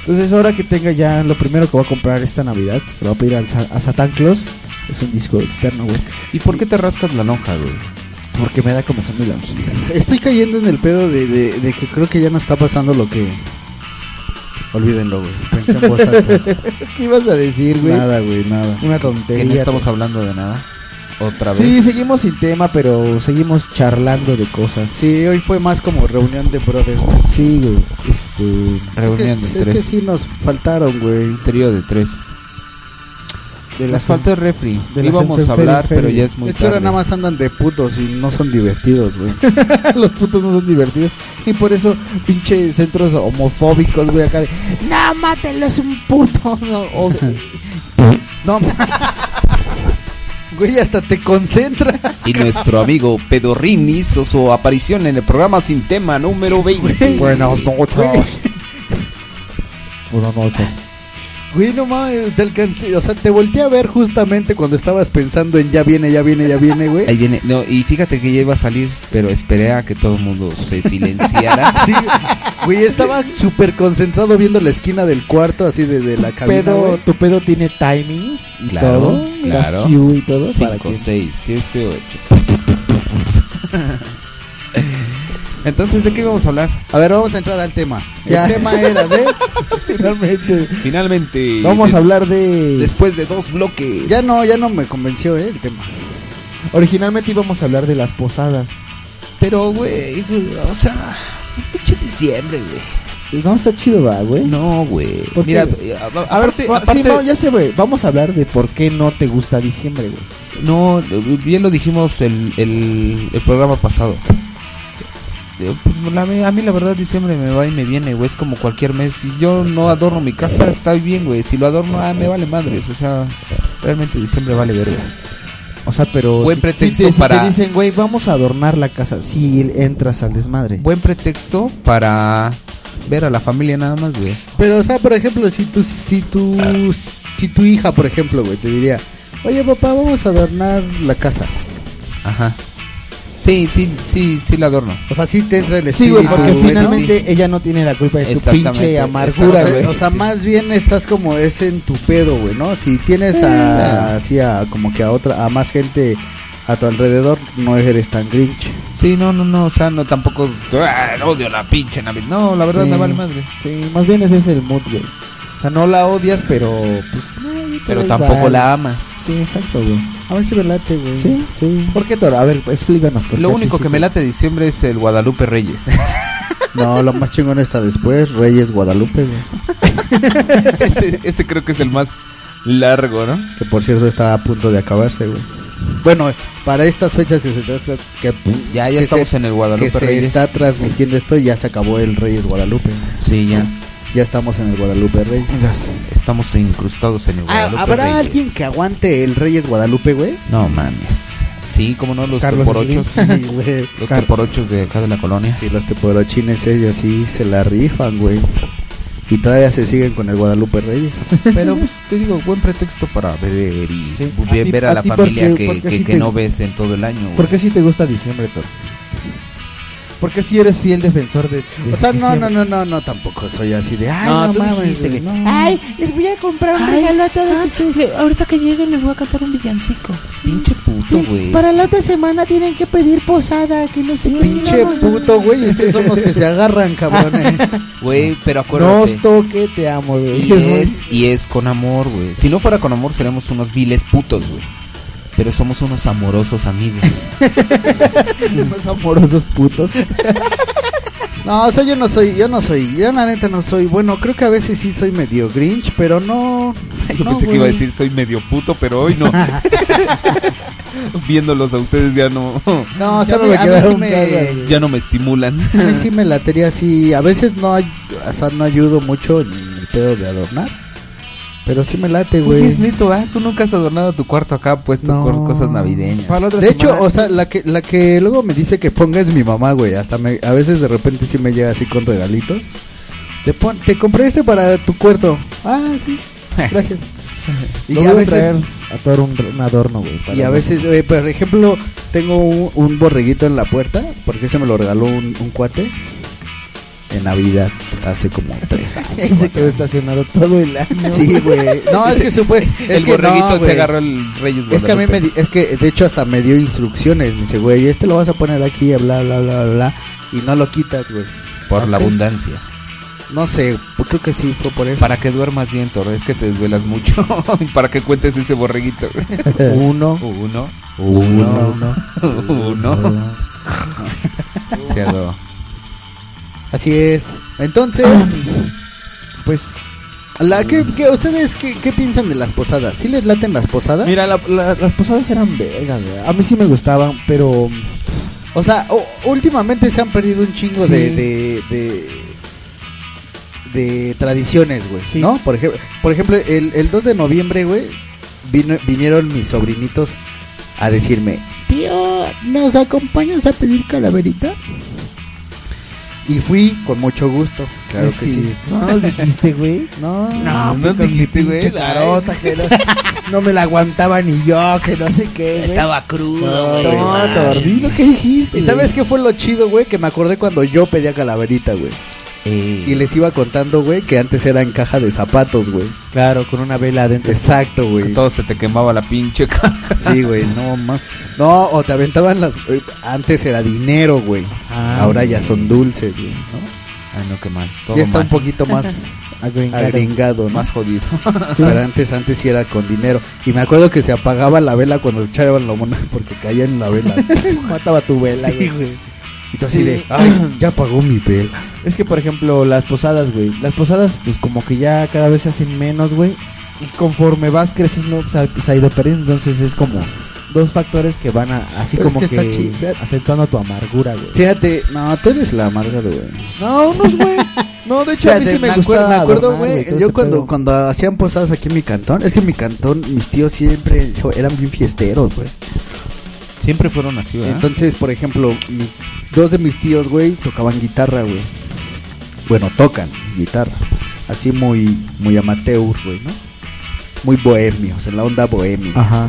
Entonces, ahora que tenga ya, lo primero que voy a comprar esta Navidad, que lo voy a pedir al Sa- a Satan Claus, es un disco externo, güey. ¿Y por qué te rascas la lonja, güey? Porque me da como son mi lonjita. Estoy cayendo en el pedo de, de- de que creo que ya no está pasando lo que. Olvídenlo, güey. Pensé en voz alta. [LAUGHS] ¿Qué ibas a decir, güey? Nada, güey, nada. Una Que tontería. no estamos hablando de nada. Otra vez. Sí, seguimos sin tema, pero seguimos charlando de cosas. Sí, hoy fue más como reunión de brothers. güey. Sí, güey. Este. Reunión es de que, es que tres. sí nos faltaron, güey. Trío de tres. De Nos falta el refri. de las Íbamos a enfermeri- hablar, pero ya es muy Es que ahora tarde. nada más andan de putos y no son divertidos, güey. [LAUGHS] Los putos no son divertidos. Y por eso, pinche centros homofóbicos, güey, acá de. ¡No, mátelo, es un puto! [LAUGHS] No, o- [LAUGHS] No. Güey, hasta te concentras. Y nuestro amigo Pedorrín hizo su aparición en el programa sin tema número 20. [LAUGHS] Buenas [LAUGHS] noches. Buenas noches. Güey, no mames, te alcancé. O sea, te volteé a ver justamente cuando estabas pensando en ya viene, ya viene, ya viene, güey. Ahí viene. No, y fíjate que ya iba a salir, pero esperé a que todo el mundo se silenciara. Sí, güey, estaba súper concentrado viendo la esquina del cuarto, así desde la cabina, Pedo, güey. tu pedo tiene timing y Claro, todo. las claro. cue y todo. para 5, que... 6, 7, 8. [LAUGHS] Entonces, ¿de qué íbamos a hablar? A ver, vamos a entrar al tema. Ya. El tema era de... [LAUGHS] Finalmente. Finalmente. Vamos a des- hablar de. Después de dos bloques. Ya no, ya no me convenció, eh, el tema. Originalmente íbamos a hablar de las posadas. Pero, güey, güey, o sea. Pinche diciembre, güey. Pues No, está chido, va, güey. No, güey. ¿Por Mira, qué? eh, a- A ver, aparte- va- aparte- sí, no, ya sé, güey. Vamos a hablar de por qué no te gusta diciembre, güey. No, bien lo dijimos el, el, el programa pasado. Eh, pues, la ve- a mí la verdad diciembre me va y me viene, güey. Es como cualquier mes. Si yo no adorno mi casa, ah, está bien, güey. Si lo adorno, ah, me vale madres. O sea, realmente diciembre vale verga. O sea, pero Buen si- pretexto si te, si te para- dicen, güey, vamos a adornar la casa. Si entras al desmadre. Buen pretexto para ver a la familia nada más, güey. Pero, o sea, por ejemplo, si tu, si tu, si tu hija, por ejemplo, güey, te diría, oye, papá, vamos a adornar la casa. Ajá. Sí, sí, sí, sí la adorno. O sea, sí te entra el Sí, espíritu. güey, porque güey, ¿no? finalmente ella no tiene la culpa de tu Exactamente, pinche amargura, O sea, güey. o sea, más bien estás como es en tu pedo, güey, ¿no? Si tienes Claro. Eh. a, así a como que a otra, a más gente a tu alrededor, no eres tan grinch. Sí, no, no, no, o sea, no tampoco "Ah, odio la pinche Navidad. No, la verdad Sí. me vale madre. Sí, más bien ese es el mood, güey. O sea, no la odias, pero pues, ay, Pero ahí tampoco va. la amas. Sí, exacto, güey. A ver si me late, güey. Sí, sí. ¿Por qué, Toro? A ver, explícanos. ¿por Lo qué a único ti que sí me te- late de diciembre es el Guadalupe Reyes. [LAUGHS] No, lo más chingón está después, Reyes Guadalupe, güey. ese, ese creo que es el más largo, ¿no? Que por cierto está a punto de acabarse, güey. Bueno, para estas fechas que se trata- que Ya, ya que estamos en el Guadalupe que se Reyes. está transmitiendo esto, ya se acabó el Reyes Guadalupe. Sí, ya. Ya estamos en el Guadalupe Reyes. Estamos incrustados en el Ah, Guadalupe ¿Habrá Reyes. alguien que aguante el Reyes Guadalupe, güey? No mames. Sí, como no, los Carlos por ochos. Slim. [LAUGHS] Sí, güey. [LAUGHS] los Car- por ochos de acá de la colonia. Sí, los teporochines ellos sí se la rifan, güey. Y todavía se siguen con el Guadalupe [LAUGHS] Reyes. Pero pues, te digo, buen pretexto para beber y A ver, ti- ver a, a la ti familia porque- que, porque que- sí que te- no ves en todo el año. güey. ¿Por qué sí te gusta diciembre, Toro? Porque si eres fiel defensor de. O sea, no, no, no, no, no, tampoco soy así de, ay, No, no, tú mames, dijiste güey, que- no. Ay, les voy a comprar un regalo a todos. ah, ahorita que lleguen les voy a cantar un villancico. Pinche puto, güey. Para la otra semana tienen que pedir posada, que no sé qué. Pinche puto, güey, ustedes son los que se agarran, cabrones. Güey, pero No acuérdate. toque, te amo, güey. Y es, y es con amor, güey. Si no fuera con amor, seríamos unos viles putos, güey. Pero somos unos amorosos amigos. Unos amorosos putos. No, o sea, yo no soy, yo no soy, yo la neta no soy, bueno, creo que a veces sí soy medio grinch, pero no... Yo no, pensé que iba a güey. decir soy medio puto, pero hoy [LAUGHS] no. Viéndolos a ustedes ya no. No, o Ya sea, a me mí- a mí sí quedaron caras, me... Ya no me estimulan. [LAUGHS] A mí sí me latería así. A veces no, ay- o sea, no ayudo mucho en el pedo de adornar. Pero sí me late, Oye, güey. es neto, ¿ah? Tú nunca has adornado tu cuarto acá puesto con cosas navideñas. de hecho, o sea, la que, la que luego me dice que ponga es mi mamá, güey. Hasta me, a veces de repente sí me llega así con regalitos. Te, pon- te compré este para tu cuarto. Ah, [LAUGHS] sí. Gracias. Y y a veces... traer a Toro un, un adorno, güey. para Y a la- veces, eh, por ejemplo, tengo un, un borreguito en la puerta, porque ese me lo regaló un, un cuate en Navidad, hace como [LAUGHS] tres años. Ahí se quedó estacionado todo el año. Sí, güey. No, es que supe. Es el que no, borreguito se güey. agarró el Reyes Es que a mí Guadalupe. me di- es que de hecho hasta me dio instrucciones, me dice, güey, este lo vas a poner aquí, bla, bla, bla, bla, bla, y no lo quitas, güey. Por la Ok. abundancia. No sé, pues creo que sí fue por eso. Para que duermas bien, Toro. Es que te desvelas mucho. y para que cuentes ese borreguito. [LAUGHS] Uno. Uno. Uno. Uno. Se adoró. Así es. Entonces, pues la que, ustedes qué, qué piensan de las posadas? ¿Sí les laten las posadas? Mira, la- la- las posadas eran vergas, güey. Ah, A mí sí me gustaban, pero. O sea, o- últimamente se han perdido un chingo Sí. de, de, de, de tradiciones, güey, ¿no? Por ejemplo, por ejemplo el, el 2 de noviembre, güey, vino- vinieron mis sobrinitos a decirme, tío, ¿nos acompañas a pedir calaverita? Y fui con mucho gusto, claro que sí. No nos dijiste, güey. [LAUGHS] No, no, fui con mi dijiste, pinche güey. tarota, que no, no me la aguantaba ni yo, que no sé qué, güey. Estaba crudo, güey. No, Ay. tordí ¿Qué dijiste? ¿Y sabes qué fue lo chido, güey? Que me acordé cuando yo pedía calaverita, güey. Eh, Y les iba contando, güey, que antes era en caja de zapatos, güey. Claro, con una vela adentro. Exacto, güey. Todo se te quemaba la pinche caja. [LAUGHS] Sí, güey, no más. No, o te aventaban las. eh, Antes era dinero, güey. Ah, Ahora ya son dulces, güey, ¿no? Ah, no, qué mal. Todo Ya está mal. un poquito [LAUGHS] más Agringado. agringado, ¿no? Más jodido. Sí. [LAUGHS] Pero antes, antes sí era con dinero. Y me acuerdo que se apagaba la vela cuando echaban la mona porque caía en la [LAUGHS] vela. Mataba tu vela, Sí, güey. güey. Y tú así Sí. de, ay, ya apagó mi vela. Es que, por ejemplo, las posadas, güey. Las posadas, pues como que ya cada vez se hacen menos, güey. Y conforme vas creciendo, pues, ha- se ha ido perdiendo. Entonces es como dos factores que van a, así Pero es como que está que, chi- fíjate. acentuando tu amargura, güey. Fíjate, no, tú eres la amarga, güey. No, unos, güey. No, de hecho, a mí sí me acuer- gustaba Me acuerdo, adornar, güey, güey. todo Yo ese cuando, pedo. cuando hacían posadas aquí en mi cantón, es que en mi cantón mis tíos siempre so- eran bien fiesteros, güey. Siempre fueron así, ¿verdad? Entonces, por ejemplo, mi- dos de mis tíos, güey, tocaban guitarra, güey. Bueno, tocan guitarra. Así muy, muy amateur, güey, ¿no? Muy bohemios, en la onda bohemia. Ajá.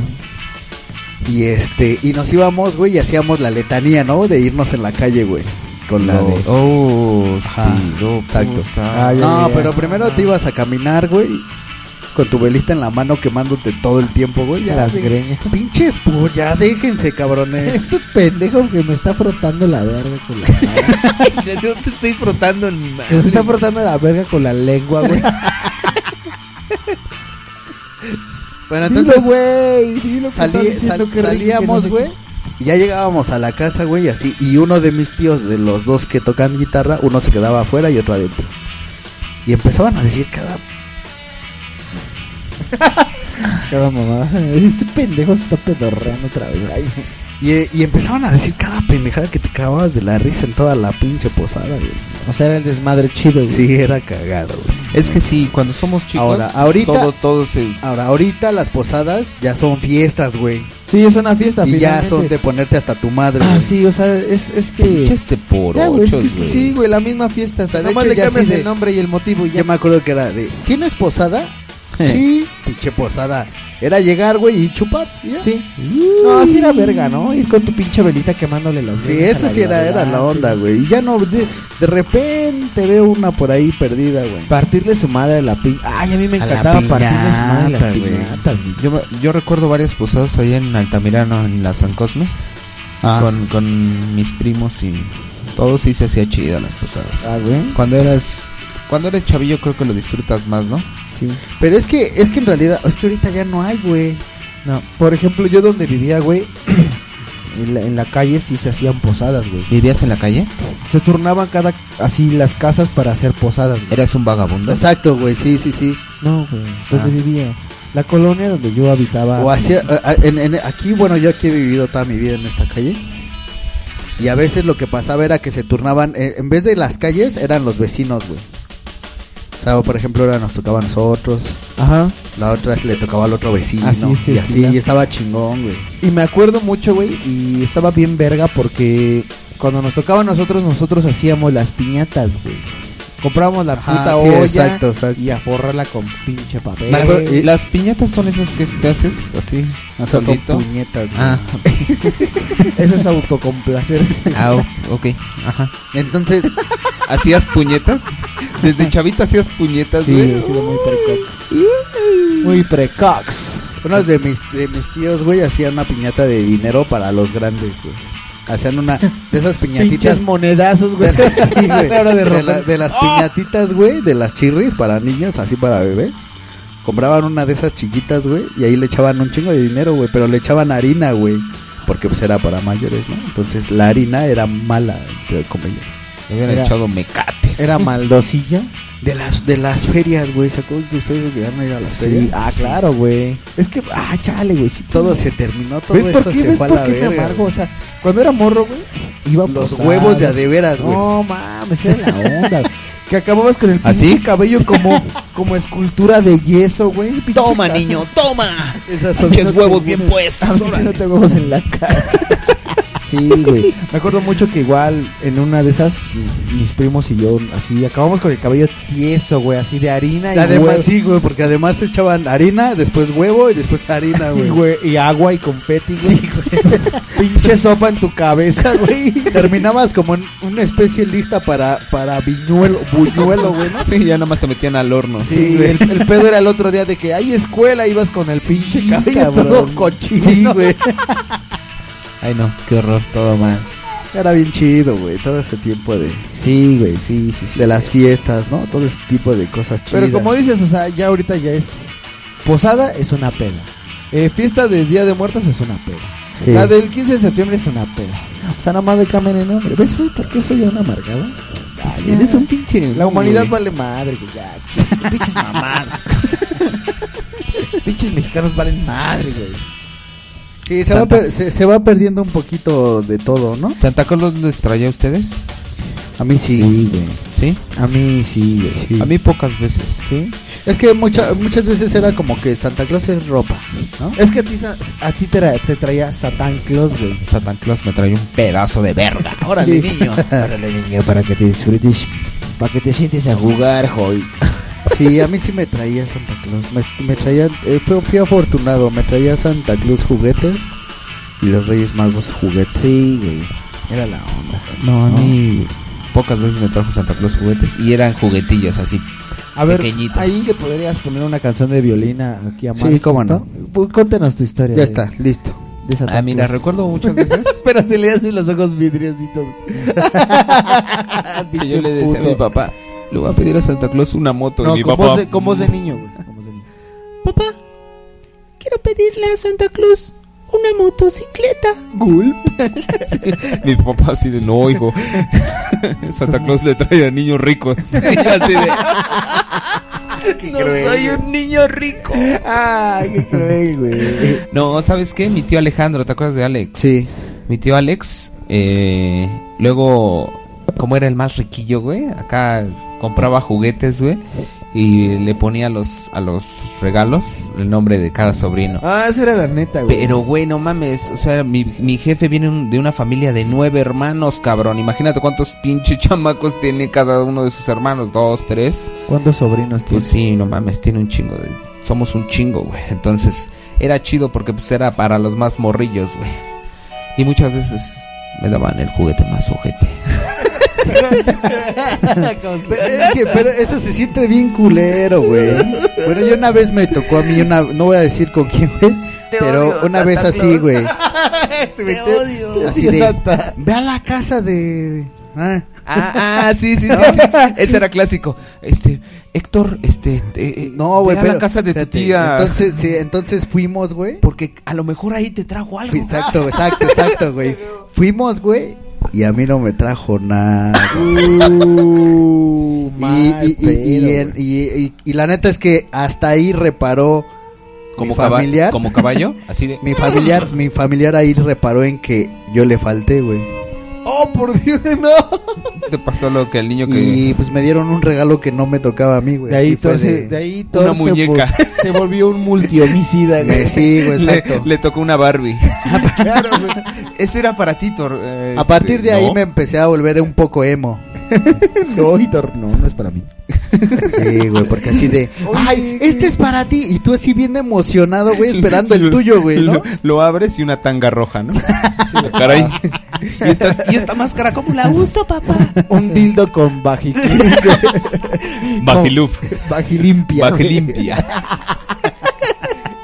Y este, y nos íbamos, güey, y hacíamos la letanía, ¿no? De irnos en la calle, güey. Con la de. Oh, Exacto. no, pero primero te ibas a caminar, güey. Con tu velita en la mano quemándote todo el tiempo, güey. ya, Las güey. greñas. Pinches pu, ya déjense, cabrones. [LAUGHS] Este pendejo que me está frotando la verga con la Yo te estoy frotando en mi [LAUGHS] que me está frotando la verga con la lengua, [LAUGHS] güey. Bueno, Dilo, entonces, güey, dilo que salí- estás diciendo sal- que rico, salíamos, que no sé güey. Y ya llegábamos a la casa, güey, así. Y uno de mis tíos, de los dos que tocan guitarra, uno se quedaba afuera y otro adentro. Y empezaban a decir cada. [LAUGHS] Cada mamá. Este pendejo se está pedorreando otra vez. Ay. Y, y empezaban a decir cada pendejada que te cagabas de la risa en toda la pinche posada, güey. O sea, era el desmadre chido, güey. Sí, era cagado, güey. Es que sí, cuando somos chicos, Ahora, ahorita- todo, todo se... Ahora, ahorita las posadas ya son fiestas, güey. Sí, es una fiesta, Y finalmente. ya son de ponerte hasta tu madre, Ah, güey. sí, o sea, es, es que. Pinches este teporochos, Ya, güey, es que güey. sí, güey, la misma fiesta. O sea, de nomás hecho, le ya cambias sí de- el nombre y el motivo. y ya. Yo me acuerdo que era de, ¿tienes [LAUGHS] posada? sí. Pinche posada. Era llegar, güey, y chupar. y ya. Sí. No, así era verga, ¿no? Ir con tu pinche velita quemándole las Sí, greñas a esa la sí era, vialidad, era la onda, güey. Y ya no, de, de repente veo una por ahí perdida, güey. Partirle su madre a la pin... Ay, a mí me A la encantaba partirle su madre a piñata, las güey. piñatas, güey. Yo, me- yo recuerdo varios posados allá en Altamirano, en la San Cosme, con, con mis primos y todo sí se hacía chida las posadas. Ah, güey. Cuando eras cuando eres chavillo creo que lo disfrutas más, ¿no? Sí. Pero es que, es que en realidad, es que ahorita ya no hay, güey. No. Por ejemplo, yo donde vivía, güey, [CLEARS THROAT] en la, en la calle sí se hacían posadas, güey. ¿Vivías en la calle? Se turnaban cada así las casas para hacer posadas, güey. ¿Eras un vagabundo? Exacto, güey, sí, sí, sí. No, güey. Donde Ah. vivía. La colonia donde yo habitaba. O hacía, a- a- en- en- aquí, bueno, yo aquí he vivido toda mi vida en esta calle. Y a veces lo que pasaba era que se turnaban, eh, en vez de las calles, eran los vecinos, güey. O sea, por ejemplo, ahora nos tocaba a nosotros. Ajá. La otra le tocaba al otro vecino. Así se y así, estila. y estaba chingón, güey. Y me acuerdo mucho, güey, y estaba bien verga porque cuando nos tocaba a nosotros, nosotros hacíamos las piñatas, güey. Comprábamos la Ajá, puta sí, olla exacto, y a forrarla con pinche papel. Me acuerdo- las piñatas son esas que te haces así, Esas son solito. puñetas, güey. [LAUGHS] Ah, [LAUGHS] Eso es [LAUGHS] autocomplacerse. ah, o- ok, ajá. Entonces, ¿Hacías puñetas? [LAUGHS] Desde chavita hacías puñetas, Sí, güey. he sido muy precox. Muy precox. uno de mis, de mis tíos, güey, hacían una piñata de dinero para los grandes, güey. Hacían una de esas piñatitas. Pinches monedazos, güey. [LAUGHS] Sí, [LAUGHS] güey. Ahora de ¡Ah! de, la- repente. de las piñatitas, güey, de las chirris para niños, así para bebés. Compraban una de esas chiquitas, güey, y ahí le echaban un chingo de dinero, güey, pero le echaban harina, güey, porque pues era para mayores, ¿no? Entonces la harina era mala, entre comillas. Le hubieran Era- echado mecates. Era maldosilla. [LAUGHS] De las de las ferias, güey, ¿se acuerdan de ustedes que van a ir a las Sí, ferias? ah, claro, güey. Es que, ah, chale, güey. sí, Todo se terminó, todo ¿Ves eso por qué? se ¿Ves fue a por la qué me verga, amargo? güey. O sea, cuando era morro, güey, iba a Los posadas. huevos de a de veras, güey. ¿Ah, No mames, era la onda. güey. que acababas con el pinche ¿Así? cabello como, como escultura de yeso, güey. Pinche Toma, ca- niño, toma. Esas Pinches ondas huevos que bien ponen- puestos, A mí sí órale. no tengo huevos en la cara. Sí, güey. Me acuerdo mucho que igual en una de esas m- mis primos y yo así acabamos con el cabello tieso, güey, así de harina y Además huevo. sí, güey, porque además te echaban harina, después huevo y después harina, [LAUGHS] Y, güey. güey, y agua y confeti, güey. Pinche sopa en tu cabeza, güey. [LAUGHS] Terminabas como en una especie lista para, para viñuelo, buñuelo, güey, ¿no? Sí, ya nada más te metían al horno. Sí, güey, el, el pedo era el otro día de que hay escuela, ibas con el pinche cabello cabrón. todo cochino. Sí, güey. Ay, no, qué horror, todo mal. Era bien chido, güey, todo ese tiempo de, Sí, güey, sí, sí, sí. de las fiestas, ¿no? Todo ese tipo de cosas chidas. Pero como dices, o sea, ya ahorita ya es posada es una peda. Eh, fiesta de Día de Muertos es una peda. Sí. La del 15 de septiembre es una peda. O sea, nada más de cámara el nombre. ¿Ves, güey, por qué soy ya una amargada? Ay, eres un pinche. La humanidad güey. vale madre, güey. Ya, ching- pinches [LAUGHS] mamadas. pinches mexicanos valen madre, güey. Sí, se, va Santa- per- se- se va perdiendo un poquito de todo, ¿no? ¿Santa Claus les traía a ustedes? A mí sí. güey. ¿Sí? A mí sí, güey. A mí pocas veces. ¿Sí? Es que mucha- muchas veces era como que Santa Claus es ropa, ¿no? Es que a ti, sa- a ti te, tra- te traía Satan Claus, güey. Satan Claus me trae un pedazo de verga. [LAUGHS] Órale, niño. Órale, niño, para que te disfrutes. Para que te sientes a jugar, hoy. [LAUGHS] Sí, a mí sí me traía Santa Claus. Me, me traía, eh, fui, fui afortunado, me traía Santa Claus juguetes y los Reyes Magos juguetes. Sí, güey. Era la onda. No, a mí pocas veces me trajo Santa Claus juguetes y eran juguetillos así. A ver, pequeñitos. ahí le podrías poner una canción de violina aquí a Sí, Mars. cómo no. Pues Cuéntanos tu historia. Ya de- está, listo. De Satan Ah, mira, Claus. [LAUGHS] recuerdo muchas veces. Pero se le hacen los ojos vidriositos. que yo le decía a mi papá, le voy a pedir a Santa Claus una moto. No, y mi con papá, voz de- con voz de niño, güey. Papá, quiero pedirle a Santa Claus una motocicleta. Gulp. [LAUGHS] Mi papá así de no, hijo. Santa Claus le trae a niños ricos. no soy un niño rico. Ah, qué cruel, güey. [LAUGHS] No, ¿sabes qué? Mi tío Alejandro, ¿te acuerdas de Alex? Sí. Mi tío Alex, eh, luego, como era el más riquillo, güey, acá compraba juguetes, güey, y le ponía a los, a los regalos el nombre de cada sobrino. Ah, esa era la neta, güey. Pero, güey, no mames. O sea, mi, mi jefe viene un- de una familia de nueve hermanos, cabrón. Imagínate cuántos pinches chamacos tiene cada uno de sus hermanos. Dos, tres. ¿Cuántos sobrinos Pues sí, no mames, tiene un chingo de... Somos un chingo, güey. Entonces, era chido porque pues era para los más morrillos, güey. Y muchas veces me daban el juguete más ojete. Pero, es que- pero eso se siente bien culero, güey. Bueno, yo una vez me tocó a mí una, no voy a decir con quién, güey, pero una vez así, güey. [LAUGHS] Te Este, odio. Así de, ve a la casa de... Ah, Ah, ah, sí, sí, sí, sí. Ese era clásico. Este, Héctor, este, No, güey, pero pero la casa de tu espérate, tía. Entonces, sí, entonces fuimos, güey. Porque a lo mejor ahí te trajo algo. Exacto, exacto, exacto, güey. Fuimos, güey, y a mí no me [LAUGHS] trajo nada. Uh, Y- y, y- y- y- pedo, y- y- y la neta es que hasta ahí reparó Como mi caba- familiar. como caballo, así de- mi familiar, mi familiar ahí reparó en que yo le falté, güey. Oh, por Dios, no. Te pasó lo que el niño que... Y pues me dieron un regalo que no me tocaba a mí, güey. De ahí Así fue todo se- de- de ahí todo se vol- Se volvió un multihomicida, güey. Sí, [LAUGHS] güey, [LAUGHS] le, exacto. le tocó una [LAUGHS] Barbie. Ese era para ti, Thor. eh, A partir este, de ahí ¿no? me empecé a volver un poco emo. [LAUGHS] no, Hitor, no, no es para mí. Sí, güey, porque así de, ay, este es para ti. Y tú así bien emocionado, güey, esperando el Lo- tuyo, güey, ¿no? Lo, lo abres y una tanga roja, ¿no? Caray. Ah. Y esta, y esta máscara como la uso, papá. [LAUGHS] Un dildo con baji. Bajiluf. Bajilimpia. güey. Bajilimpia.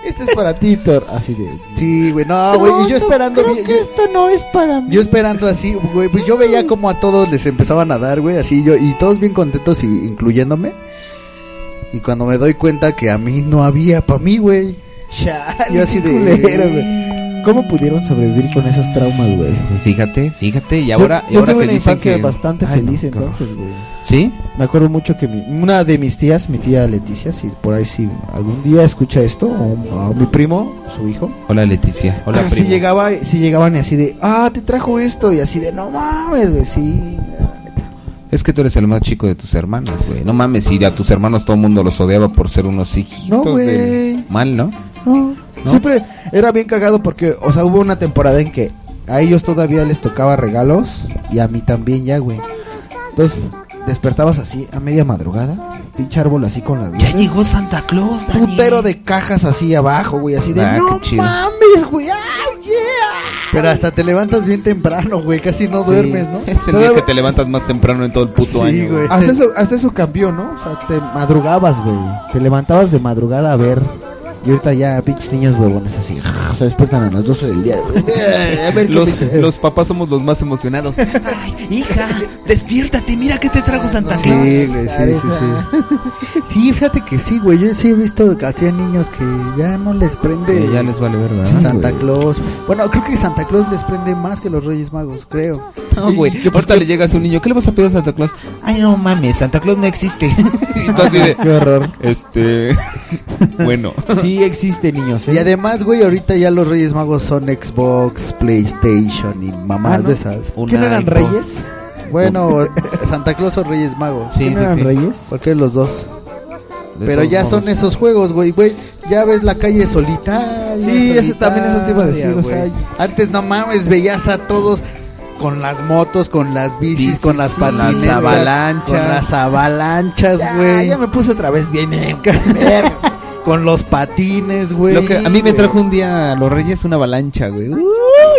Este es para ti, Hitor. Así de. Sí, güey, no, güey. y yo esperando, creo bien- que yo- esto no es para mí. Yo esperando así, güey, pues yo veía como a todos les empezaban a dar, güey, así yo, y todos bien contentos, y, incluyéndome. Y cuando me doy cuenta que a mí no había para mí, güey. Chale, Yo así qué de- culero, güey. ¿Cómo pudieron sobrevivir con esos traumas, güey? pues, Fíjate, fíjate. Y ahora, yo, y yo ahora tuve que una dicen infancia que. bastante Ay, no, feliz qué horror. entonces, güey. ¿Sí? Me acuerdo mucho que mi, una de mis tías, mi tía Leticia, si por ahí si algún día escucha esto, o, o mi primo, su hijo, Hola, Leticia. Hola, Ah, Si primo. llegaba, si llegaban y así de, ah, te trajo esto y así de, no mames, güey, sí. Es que tú eres el más chico de tus hermanos, güey. No mames, y a tus hermanos todo el mundo los odiaba por ser unos psiquitos No, güey. mal, ¿no? No. ¿No? Siempre era bien cagado porque, o sea, hubo una temporada en que a ellos todavía les tocaba regalos y a mí también ya, güey. Entonces, despertabas así a media madrugada, pinche árbol así con las luces, llegó Santa Claus, putero de cajas así abajo, güey, así de, Ah, no qué chido. mames, güey, ah, yeah. Pero hasta te levantas bien temprano, güey, casi no duermes, ¿no? Es el día que te levantas más temprano en todo el puto Sí, año. güey. Hasta eso, hasta eso cambió, ¿no? O sea, te madrugabas, güey. Te levantabas de madrugada a ver. Y ahorita ya, pinches niños huevones así. O sea, despiertan a las 12 del día. [LAUGHS] güey. A ver qué Los, te- los papás somos los más emocionados. Hija, despiértate, mira que te trajo Santa Sí, Claus. güey, sí, sí, [LAUGHS] sí. Sí, fíjate que sí, güey. Yo sí he visto que hacían niños que ya no les prende. Que ya les vale verga. Sí, Santa Claus. Bueno, creo que Santa Claus les prende más que los Reyes Magos, creo. No, güey. Ahorita le llegas a un niño, ¿qué le vas a pedir a Santa Claus? Ay, no mames, Santa Claus no existe. [LAUGHS] y tú así de, Qué horror. Este. bueno. Sí existe, niños. ¿eh? Y además, güey, ahorita ya los Reyes Magos son Xbox, PlayStation y mamás Ah, ¿no? de esas. ¿Qué no eran iPod. reyes? [LAUGHS] Bueno, Santa Claus o Reyes Magos. Sí, ¿Quién sí, eran sí. Reyes? Porque los dos. De Pero todos ya son modos. esos juegos, güey, güey. Ya ves la calle solitaria. Sí, ese también eso te iba a decir, solitaria, o sea, güey. Antes no mames, veías a todos con las motos, con las bicis, Bicis, con las sí, las patinetas, avalanchas. con las avalanchas, güey. ya me puse otra vez bien [LAUGHS] con los patines, güey. Lo que a mí me güey. trajo un día a los Reyes una avalancha, güey. Uy,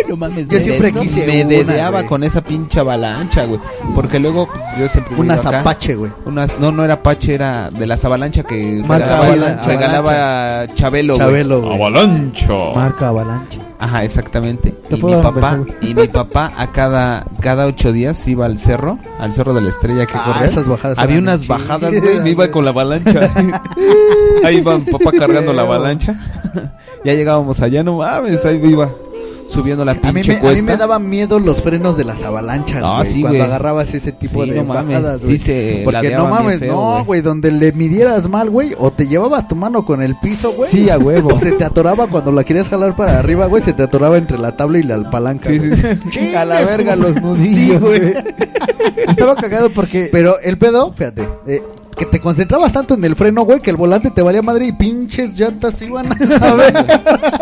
no mames. Yo me siempre de- quise Me una, dedeaba güey. con esa pinche avalancha, güey. Porque luego pues, yo siempre. Unas vivo acá. Apache, güey. Unas, no, no era Apache, era de las avalanchas que Marca regalaba, Avalancha. regalaba Chabelo, güey. Chabelo, güey. Avalancha. Marca avalancha. Ajá, exactamente. Te Y mi puedo dar un papá, beso, y mi papá a cada, cada ocho días iba al cerro, al cerro de la estrella que Ah, corría. esas bajadas Había eran unas chidas, bajadas, güey, me iba con la [LAUGHS] avalancha. ahí iba mi papá cargando la avalancha. [LAUGHS] ya llegábamos allá, no mames, ahí iba subiendo la pinche A mí, me, a mí cuesta. me daban miedo los frenos de las avalanchas, Ah, güey, sí, cuando güey. agarrabas ese tipo Sí, de no mames, bajadas, sí güey. se Porque no ladeaban bien mames, feo, no, güey. güey, donde le midieras mal, güey, o te llevabas tu mano con el piso, güey. Sí, a huevo. O se te atoraba cuando la querías jalar para arriba, güey, se te atoraba entre la tabla y la palanca. Sí, güey. sí, sí. [LAUGHS] Chingue A la su- verga los nudillos, Sí, güey. [LAUGHS] güey. Estaba cagado porque Pero el pedo, fíjate, eh, que te concentrabas tanto en el freno, güey, que el volante te valía madre y pinches llantas iban a ver.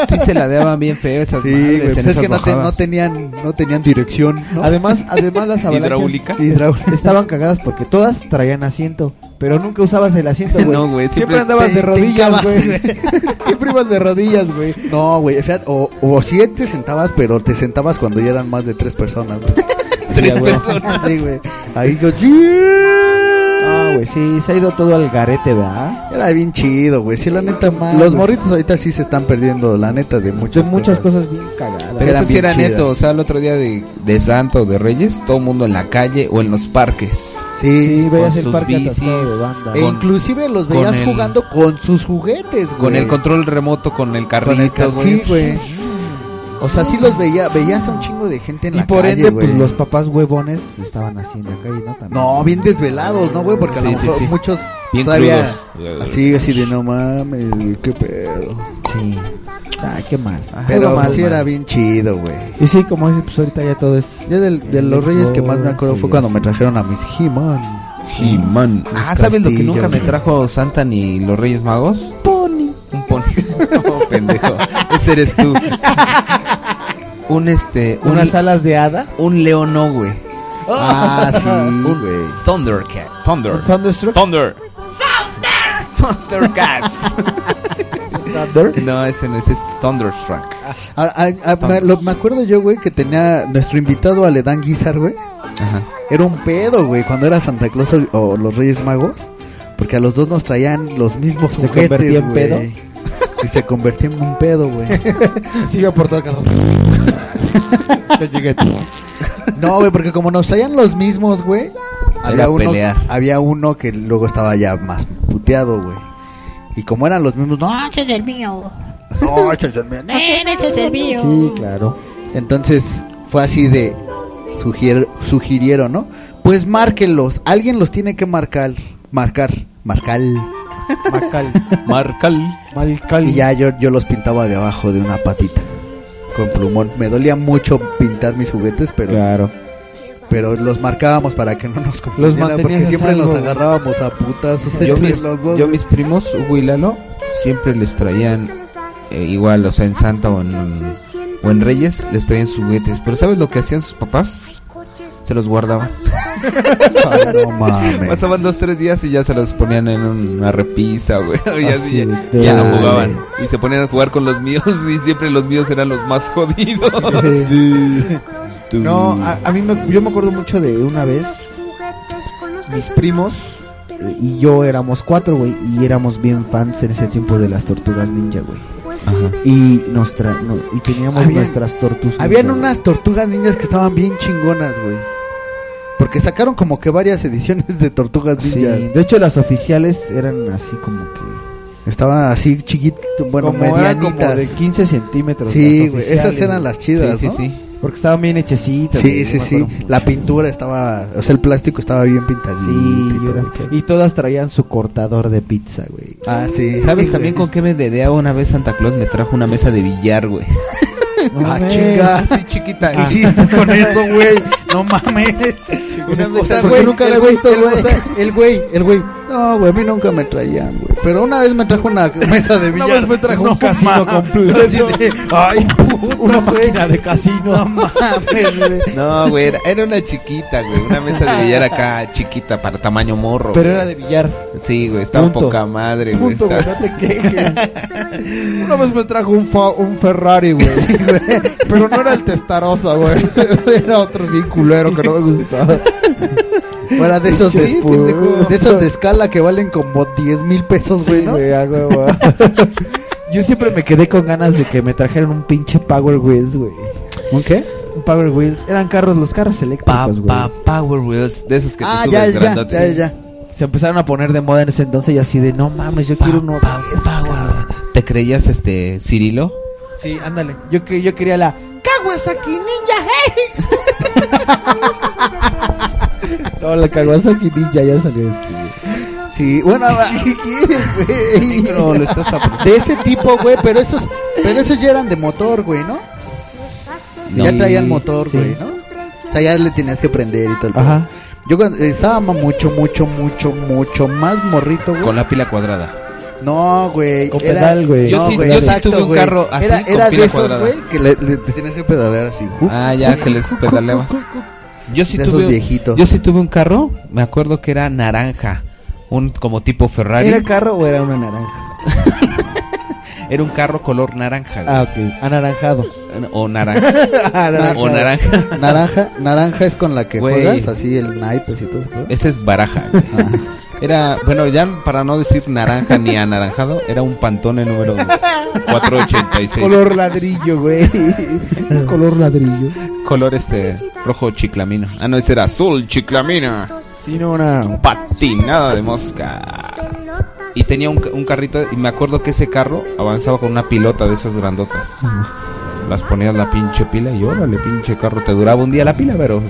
Sí se ladeaban bien feo esas Sí, madres güey, en pues es esas que no, te- bajadas. no tenían no tenían dirección, ¿no? Además, además [LAUGHS] las avalanchas Hidráulica. est- estaban cagadas porque todas traían asiento, pero nunca usabas el asiento, güey. No, güey, Siempre siempre andabas te- de te rodillas, hincabas, güey. [LAUGHS] Siempre ibas de rodillas, güey. No, güey, fíjate, o, o sí te sentabas, pero te sentabas cuando ya eran más de tres personas, [LAUGHS] güey. Tres personas. Sí, güey. Ahí yo, "Yeah". Ah, güey, sí, se ha ido todo al garete, ¿verdad? Era bien chido, güey. Sí, la neta, mal, los güey. morritos ahorita sí se están perdiendo, la neta, de muchas, Pues Muchas cosas bien cagadas. Pero eso sí bien era chidas. neto, o sea, el otro día de, de Santo, de Reyes, todo el mundo en la calle o en los parques. Sí, Sí, veías con el sus parque bicis, atascado de banda. E con- inclusive los con veías el- jugando con sus juguetes, güey. Con el control remoto, eh, con el carrito, Con el car- güey. sí, güey. O sea, sí los veía, veías a un chingo de gente en Y la por calle, ende, pues güey. los papás huevones estaban así en la calle, ¿no? También. No, bien desvelados, ¿no, güey? Porque a lo Sí, sí, mejor sí. muchos Bien todavía crudos. así, así de no mames, güey, qué pedo. Sí. pues, Ay, qué mal. Pero Todo mal, sí era mal. bien chido, güey. Y sí, como dices, pues ahorita ya todo es. Yo del- de los reyes que más me acuerdo fue cuando me trajeron a mis He-Man. He-Man. Ah, ¿sabes lo que nunca me trajo Santa ni los Reyes Magos? Pony. Un pony. [LAUGHS] No, [LAUGHS] pendejo. Ese eres tú. [LAUGHS] Un este. un- ¿Unas alas de hada? Un león, no, güey. Ah, sí, [LAUGHS] Un güey. Thundercat. Thunder. Thunderstruck. Thunder. [LAUGHS] Thundercats. No, ese no ese es Thunderstruck. Ahora, ah, ah, me, lo- me acuerdo yo, güey, que tenía nuestro invitado Aledán Guizar, güey. Era un pedo, güey, cuando era Santa Claus o, o los Reyes Magos. Porque a los dos nos traían los mismos ¿Se juguetes, convertía en güey. pedo? Y se convertía en un pedo, [LAUGHS] güey. Sigue por todo el caso. Yo llegué. No, güey, porque como nos traían los mismos, güey. Había Era uno, pelear. había uno que luego estaba ya más puteado, güey. Y como eran los mismos, no, ese es el mío. no, ese es el mío, no". Nen, ese es el mío. claro. Entonces fue así de sugier- sugirieron, ¿no? Pues márquenlos, alguien los tiene que marcar, marcar, marcar. [LAUGHS] Macal. Marcal. Malcal. Y ya yo, yo los pintaba de abajo de una patita con plumón. Me dolía mucho pintar mis juguetes, pero Claro. pero los marcábamos para que no nos confundieran mantenías porque en siempre nos salvo. agarrábamos a putazos Yo entre mis, los dos. yo mis primos, Hugo y Lalo, siempre les traían eh, igual, o sea, en Santa o en, o en Reyes, les traían juguetes. Pero ¿sabes lo que hacían sus papás? Se los guardaban. [LAUGHS] no mames. Pasaban dos, tres días y ya se los ponían en una repisa, güey. [LAUGHS] Y así Así ya, de- ya no Chale. jugaban. Y se ponían a jugar con los míos [LAUGHS] y siempre los míos eran los más jodidos. No, a, a mí me, yo me acuerdo mucho de una vez, mis primos eh, y yo éramos cuatro, güey, y éramos bien fans en ese tiempo de las tortugas ninja, güey. Y, nos tra- no, y teníamos Habían- nuestras tortugas. Habían unas tortugas niñas que estaban bien chingonas, güey. Porque sacaron como que varias ediciones de tortugas Sí, ninjas. de hecho las oficiales eran así como que... Estaban así chiquitas, bueno, como eran como medianitas. de 15 centímetros. Sí, las güey, oficiales, esas eran güey. las chidas, ¿no? Porque estaban bien hechecitas. Sí, güey, sí, yo me sí. acuerdo La pintura estaba, o sea, el plástico estaba bien pintadito. Sí, y yo todo. era- y todas traían su cortador de pizza, [LAUGHS] güey. Ah, sí. ¿Sabes también con qué me dedeaba una vez Santa Claus? Me trajo una mesa de billar, güey. [LAUGHS] ah, mames. chinga. Así chiquita. ¿Qué hiciste con eso, güey? No mames. Una O mesa, sea, ¿por qué güey, nunca la el he güey, visto, el- güey? o sea, El güey, el güey. No, güey, a mí nunca me traían, güey. Pero una vez me trajo una mesa de billar. Una vez me trajo un casino completo. Así de, ay, puto, Una güey. máquina de casino. No mames, güey. No, güey, era, era una chiquita, güey. Una mesa de billar acá chiquita para tamaño morro. Pero güey. era de billar. Sí, güey, estaba Punto. poca madre, güey. Punto, estaba- güey, no te quejes. Una vez me trajo un, fa- un Ferrari, güey. Pero no era el Testarossa, güey. Era otro bien culero que no me gustaba. Era de esos, Sí, de, espu- pendejo. de esos de escala que valen como 10 mil pesos, güey. ¿no? [LAUGHS] Yo siempre me quedé con ganas de que me trajeran un pinche Power Wheels, güey. ¿Un qué? Un Power Wheels. Eran carros, los carros eléctricos, güey. Pa- Power Wheels, de esos que Ah, te ya, subes ya, grandotes. ya, ya. Se empezaron a poner de moda en ese entonces y así de, no mames, yo quiero uno. de esos, cabrón". ¿Te creías este Cirilo? Sí, ándale. Yo, que- yo quería la... Kawasaki Ninja, hey. [LAUGHS] No, la Kawasaki Ninja ya salió después. Sí, [LAUGHS] bueno, va- ¿qué quieres, güey? No, lo [LAUGHS] estás apretando. De ese tipo, güey, pero esos, pero esos ya eran de motor, güey, ¿no? Ya No. traían motor, Sí. güey, ¿no? O sea, ya le tenías que prender y todo el Ajá. pedo. Yo cuando estaba mucho, mucho, mucho, mucho más morrito, güey. Con la pila cuadrada. No, güey. Con era- pedal, güey. Yo No, sí- güey, yo sí exacto, tuve un güey. carro así, Era, con era pila de esos, cuadrada. güey, que le, le tenías que pedalear así. Ah, ya que les pedaleabas. Yo sí De tuve esos un- viejitos. Yo sí tuve un carro, me acuerdo que era naranja, un como tipo Ferrari. ¿Era carro o era una naranja? Era un carro color naranja. güey. Ah, ok. Anaranjado. O naranja. O naranja. Naranja, naranja es con la que Güey. Eh, juegas, así el naipes y todo eso. ¿no? Ese es baraja. güey. Era, bueno, ya para no decir naranja ni anaranjado, era un pantone número 486. Color ladrillo, [LAUGHS] güey. Color ladrillo. Color este rojo chiclamino. Ah, no, ese era azul chiclamino. Sino una Patinada de mosca. Y tenía un, ca- un carrito y me acuerdo que ese carro avanzaba con una pilota de esas grandotas. Las ponías la pinche pila y órale, pinche carro. Te duraba un día la pila, pero...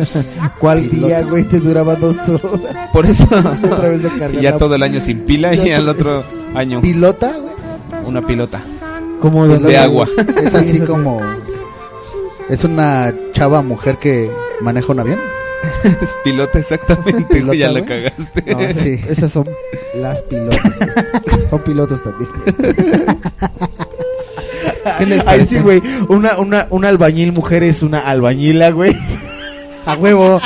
¿Cuál día, güey? Te duraba dos horas. Por eso. [LAUGHS] Otra vez lo cargaba. Y ya todo el año sin pila y al otro año ¿Pilota? güey? una pilota. Como de- De agua. [LAUGHS] Es así como. Es una chava mujer que maneja un avión. Es pilota exactamente, güey, ya la cagaste. [LAUGHS] No, esas- Esas son las pilotas. güey. son pilotos [LAUGHS] también. ¿Qué les Ay, parece? sí, güey. Una, una, una albañil mujer es una albañila, güey. A huevo.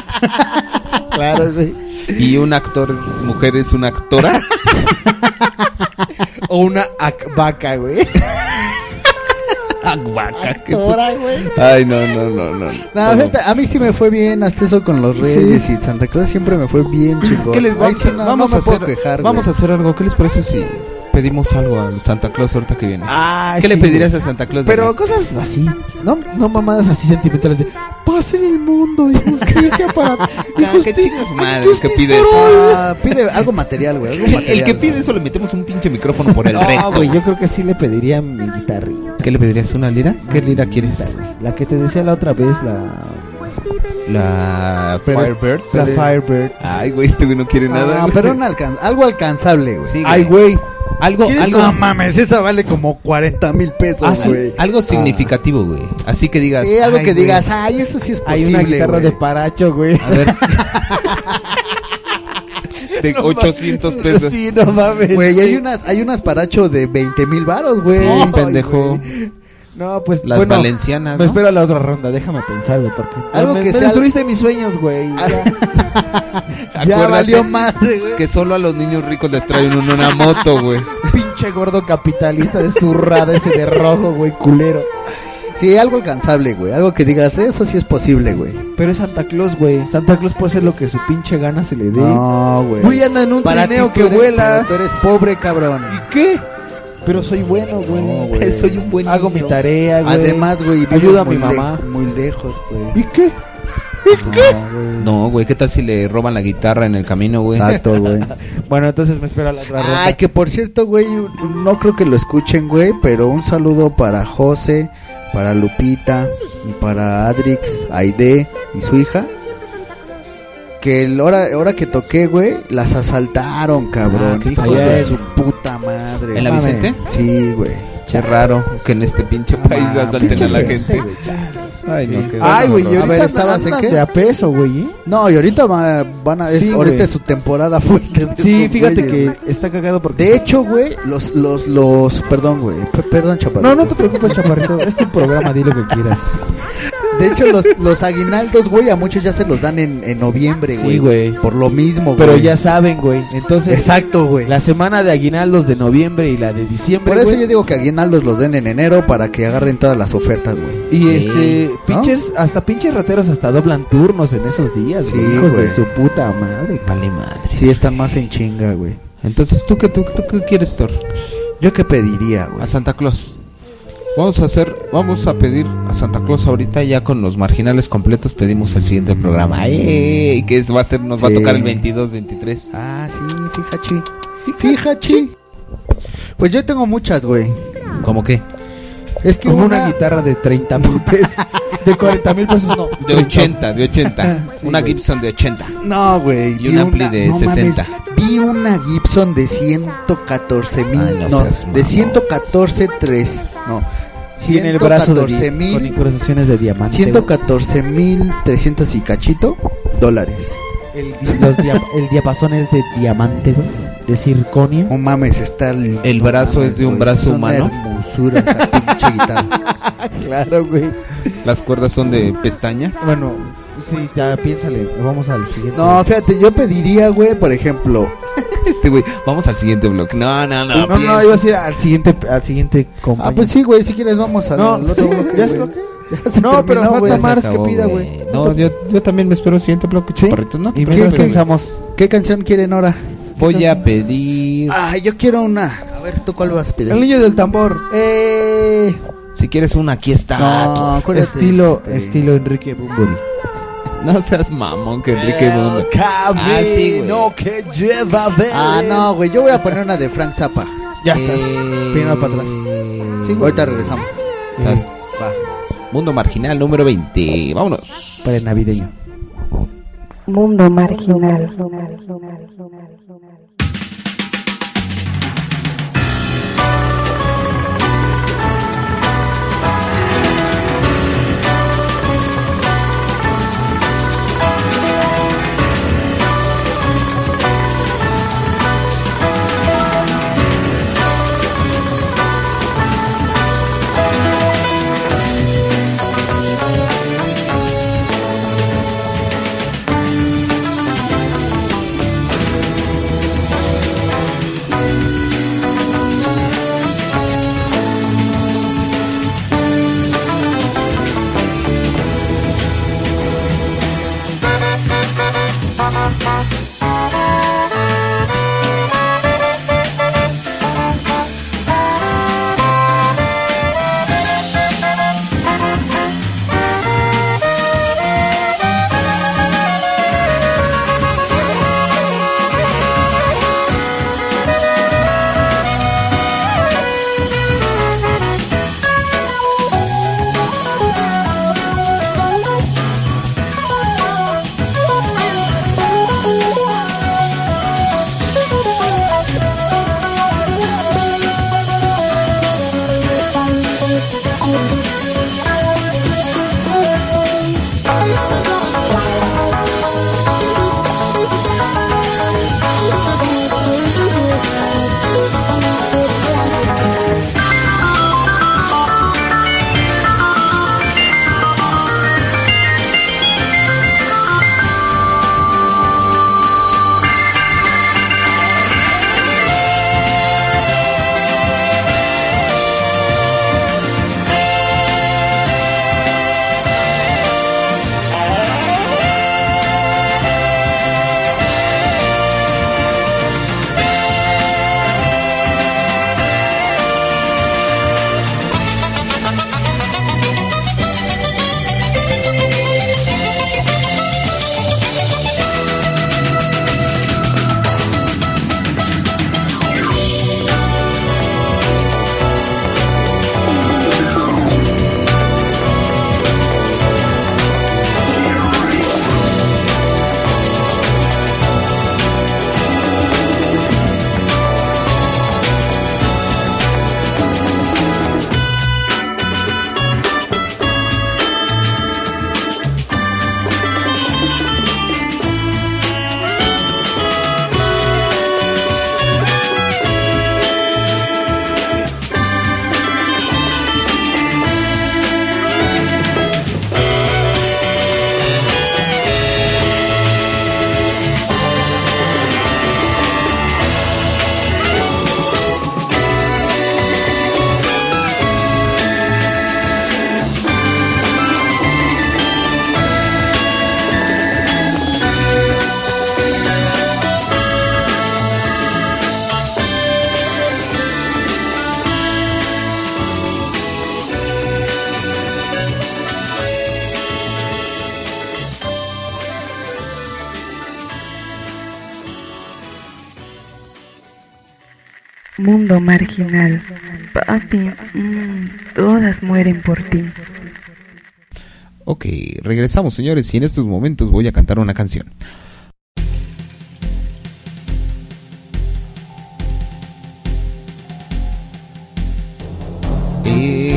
claro, güey. Y un actor mujer es una [LAUGHS] actora. O una ac- vaca, güey. Vaca, que Ahora, se- güey. Ay, no, no, no, no. No, Todo. fíjate, a mí sí me fue bien, hasta eso con los reyes y Santa Claus siempre me fue bien, chingón. ¿Qué les Ahí vamos, sí a- no- vamos no a me puedo hacer? quejar, vamos güey. a hacer algo. ¿Qué les parece si pedimos algo al Santa Claus ahorita que viene? ¿Qué le pedirías a Santa Claus? Ah, Pero cosas así, no, no mamadas así sentimentales de paz en el mundo y justicia [LAUGHS] para y ¿Qué justi- chingas madre que pides? Ah, pide algo material, [LAUGHS] güey. Algo El, material. que pide eso le metemos un pinche micrófono por el No, resto. güey, yo creo que sí le pediría mi guitarrita. ¿Qué le pedirías? ¿Una lira? ¿Qué lira quieres? La que te decía la otra vez, la La Pero- Firebird. la Firebird. Ay, güey, este güey no quiere nada. Ah, güey. pero un alcan- algo alcanzable, güey. Sí, Ay, güey. Algo, ¿Quieres algo. No mames, esa vale como 40 mil pesos, Ah, sí, güey. Algo significativo, güey. Así que digas. Sí, algo "Ay, que güey, digas, ay, eso sí es Hay posible, una guitarra güey". de paracho, güey. [LAUGHS] A ver. de 800 pesos. Sí, no mames. Güey, hay unas, hay unas paracho de 20 mil varos, güey. Sí, Ay, pendejo. No, pues Las bueno, valencianas. Me ¿no? espero a la otra ronda, déjame pensar, güey, porque Algo me, que me sea- destruiste mis sueños, [LAUGHS] güey. Ya, ya Acuérdate valió madre, güey. Que solo a los niños ricos les traen un- una moto, güey. Pinche gordo capitalista de zurrada ese de rojo, güey, culero. Sí, algo alcanzable, güey. Algo que digas, eso sí es posible, güey. Pero es Santa Claus, güey. Santa Claus puede hacer lo que su pinche gana se le dé. No, güey. Güey, anda en un Para ti trineo tú que eres- vuela. Tú eres pobre, cabrón. ¿Qué? Pero soy bueno, güey. [LAUGHS] güey. Soy un buen Hago mi tarea, güey. Además, güey, vivo ayuda a mi muy mamá. lej- muy lejos, güey. ¿Y qué? ¿Y qué? No, güey, ¿qué tal si le roban la guitarra en el camino, güey? Exacto, güey. Bueno, entonces me espero a la otra ronda. Ay, que por cierto, güey, no creo que lo escuchen, güey, pero un saludo para José, para Lupita, y para Adrix, Aide y su hija. Que el hora, hora que toqué, güey, las asaltaron, cabrón. Ah, hijos cabrón. de su puta madre. ¿En la Mames. Vicente? Sí, güey. Qué raro que en este pinche país mames, asalten a la pinche gente. Ay, no, qué Ay, güey, horror. y ahorita A ver, estabas en andan qué? de a peso, güey. No, y ahorita van, van a. es- Sí, ahorita güey. es su temporada fuerte. de Sí, esos fíjate güeyes, que está cagado porque. De hecho, güey, los, los, los. Perdón, güey. p- Perdón, chaparrito. No, no te preocupes, chaparrito. Es tu programa, di lo que quieras. De hecho, los, los aguinaldos, güey, a muchos ya se los dan en, en noviembre, Sí, güey. güey. Por lo mismo, güey. Pero ya saben, güey. Entonces. Exacto, güey. La semana de aguinaldos de noviembre y la de diciembre. Por eso güey. yo digo que aguinaldos los den en enero para que agarren todas las ofertas, güey. Y este, pinches, hasta pinches rateros hasta doblan turnos en esos días, güey. hijos güey. de su puta madre. Vale madre. Sí, están más en chinga, güey. Entonces, ¿tú qué, tú, tú qué quieres, Thor? ¿Yo qué pediría, güey? A Santa Claus. Vamos a hacer, vamos a pedir a Santa Claus ahorita ya con los marginales completos pedimos el siguiente programa. ¡Ey! Que es- va a ser, nos va a Sí. tocar el 22, 23. Ah, sí, fíjate. Fíjate. Pues yo tengo muchas, güey. ¿Cómo qué? Es que Como una- una guitarra de 30 mil [LAUGHS] pesos. De 40 mil pesos, no. De 80, de [LAUGHS] 80. Sí, una güey. Gibson de 80. No, güey. Y vi un ampli de mames, 60. vi una Gibson de 114 mil. no No, seas de 114, 3. No. Y en el brazo de Dios, 114 Con mil. incrustaciones de diamante. 114 mil 300 y cachito dólares. El, los dia- el diapasón es de diamante, güey. De circonio. No mames, está el. El no brazo mames, es de un güey, brazo es una humano. hermosura esa pinche guitarra. [LAUGHS] claro, güey. Las cuerdas son de pestañas. Bueno, sí, ya piénsale. Vamos al siguiente. No, fíjate, yo pediría, güey, por ejemplo. [LAUGHS] Este güey, vamos al siguiente bloque. No, no, no. No, no, bien. iba a decir al siguiente, al siguiente compañero. Ah, pues sí, güey, si quieres, vamos a. No, sí, ¿ya es lo No, pero falta Ya se Mars que acabó, pida, güey. No, yo, yo también me espero el siguiente bloque, chaparrito, ¿no? ¿Y Pero qué bueno. pensamos? ¿Qué canción quieren ahora? Voy a pedir. Ah, yo quiero una. A ver, ¿tú cuál vas a pedir? El niño del tambor. ¡Eh! Si quieres una, aquí está. ah, No, Tú. acuérdate, Estilo- este. estilo Enrique Bunbury. No seas mamón que Enrique Bunbury. Ah, sí, güey. no que lleva Ah, no, güey, yo voy a poner una de Frank Zappa. Ya estás. Eh, Primero para atrás. Sí, güey, ahorita regresamos. Estás- Va. Mundo Marginal número 20. Vámonos. Para el navideño. Mundo marginal. Mundo marginal. Papi, mm, todas mueren por ti. Ok, regresamos señores y en estos momentos voy a cantar una canción. Eh,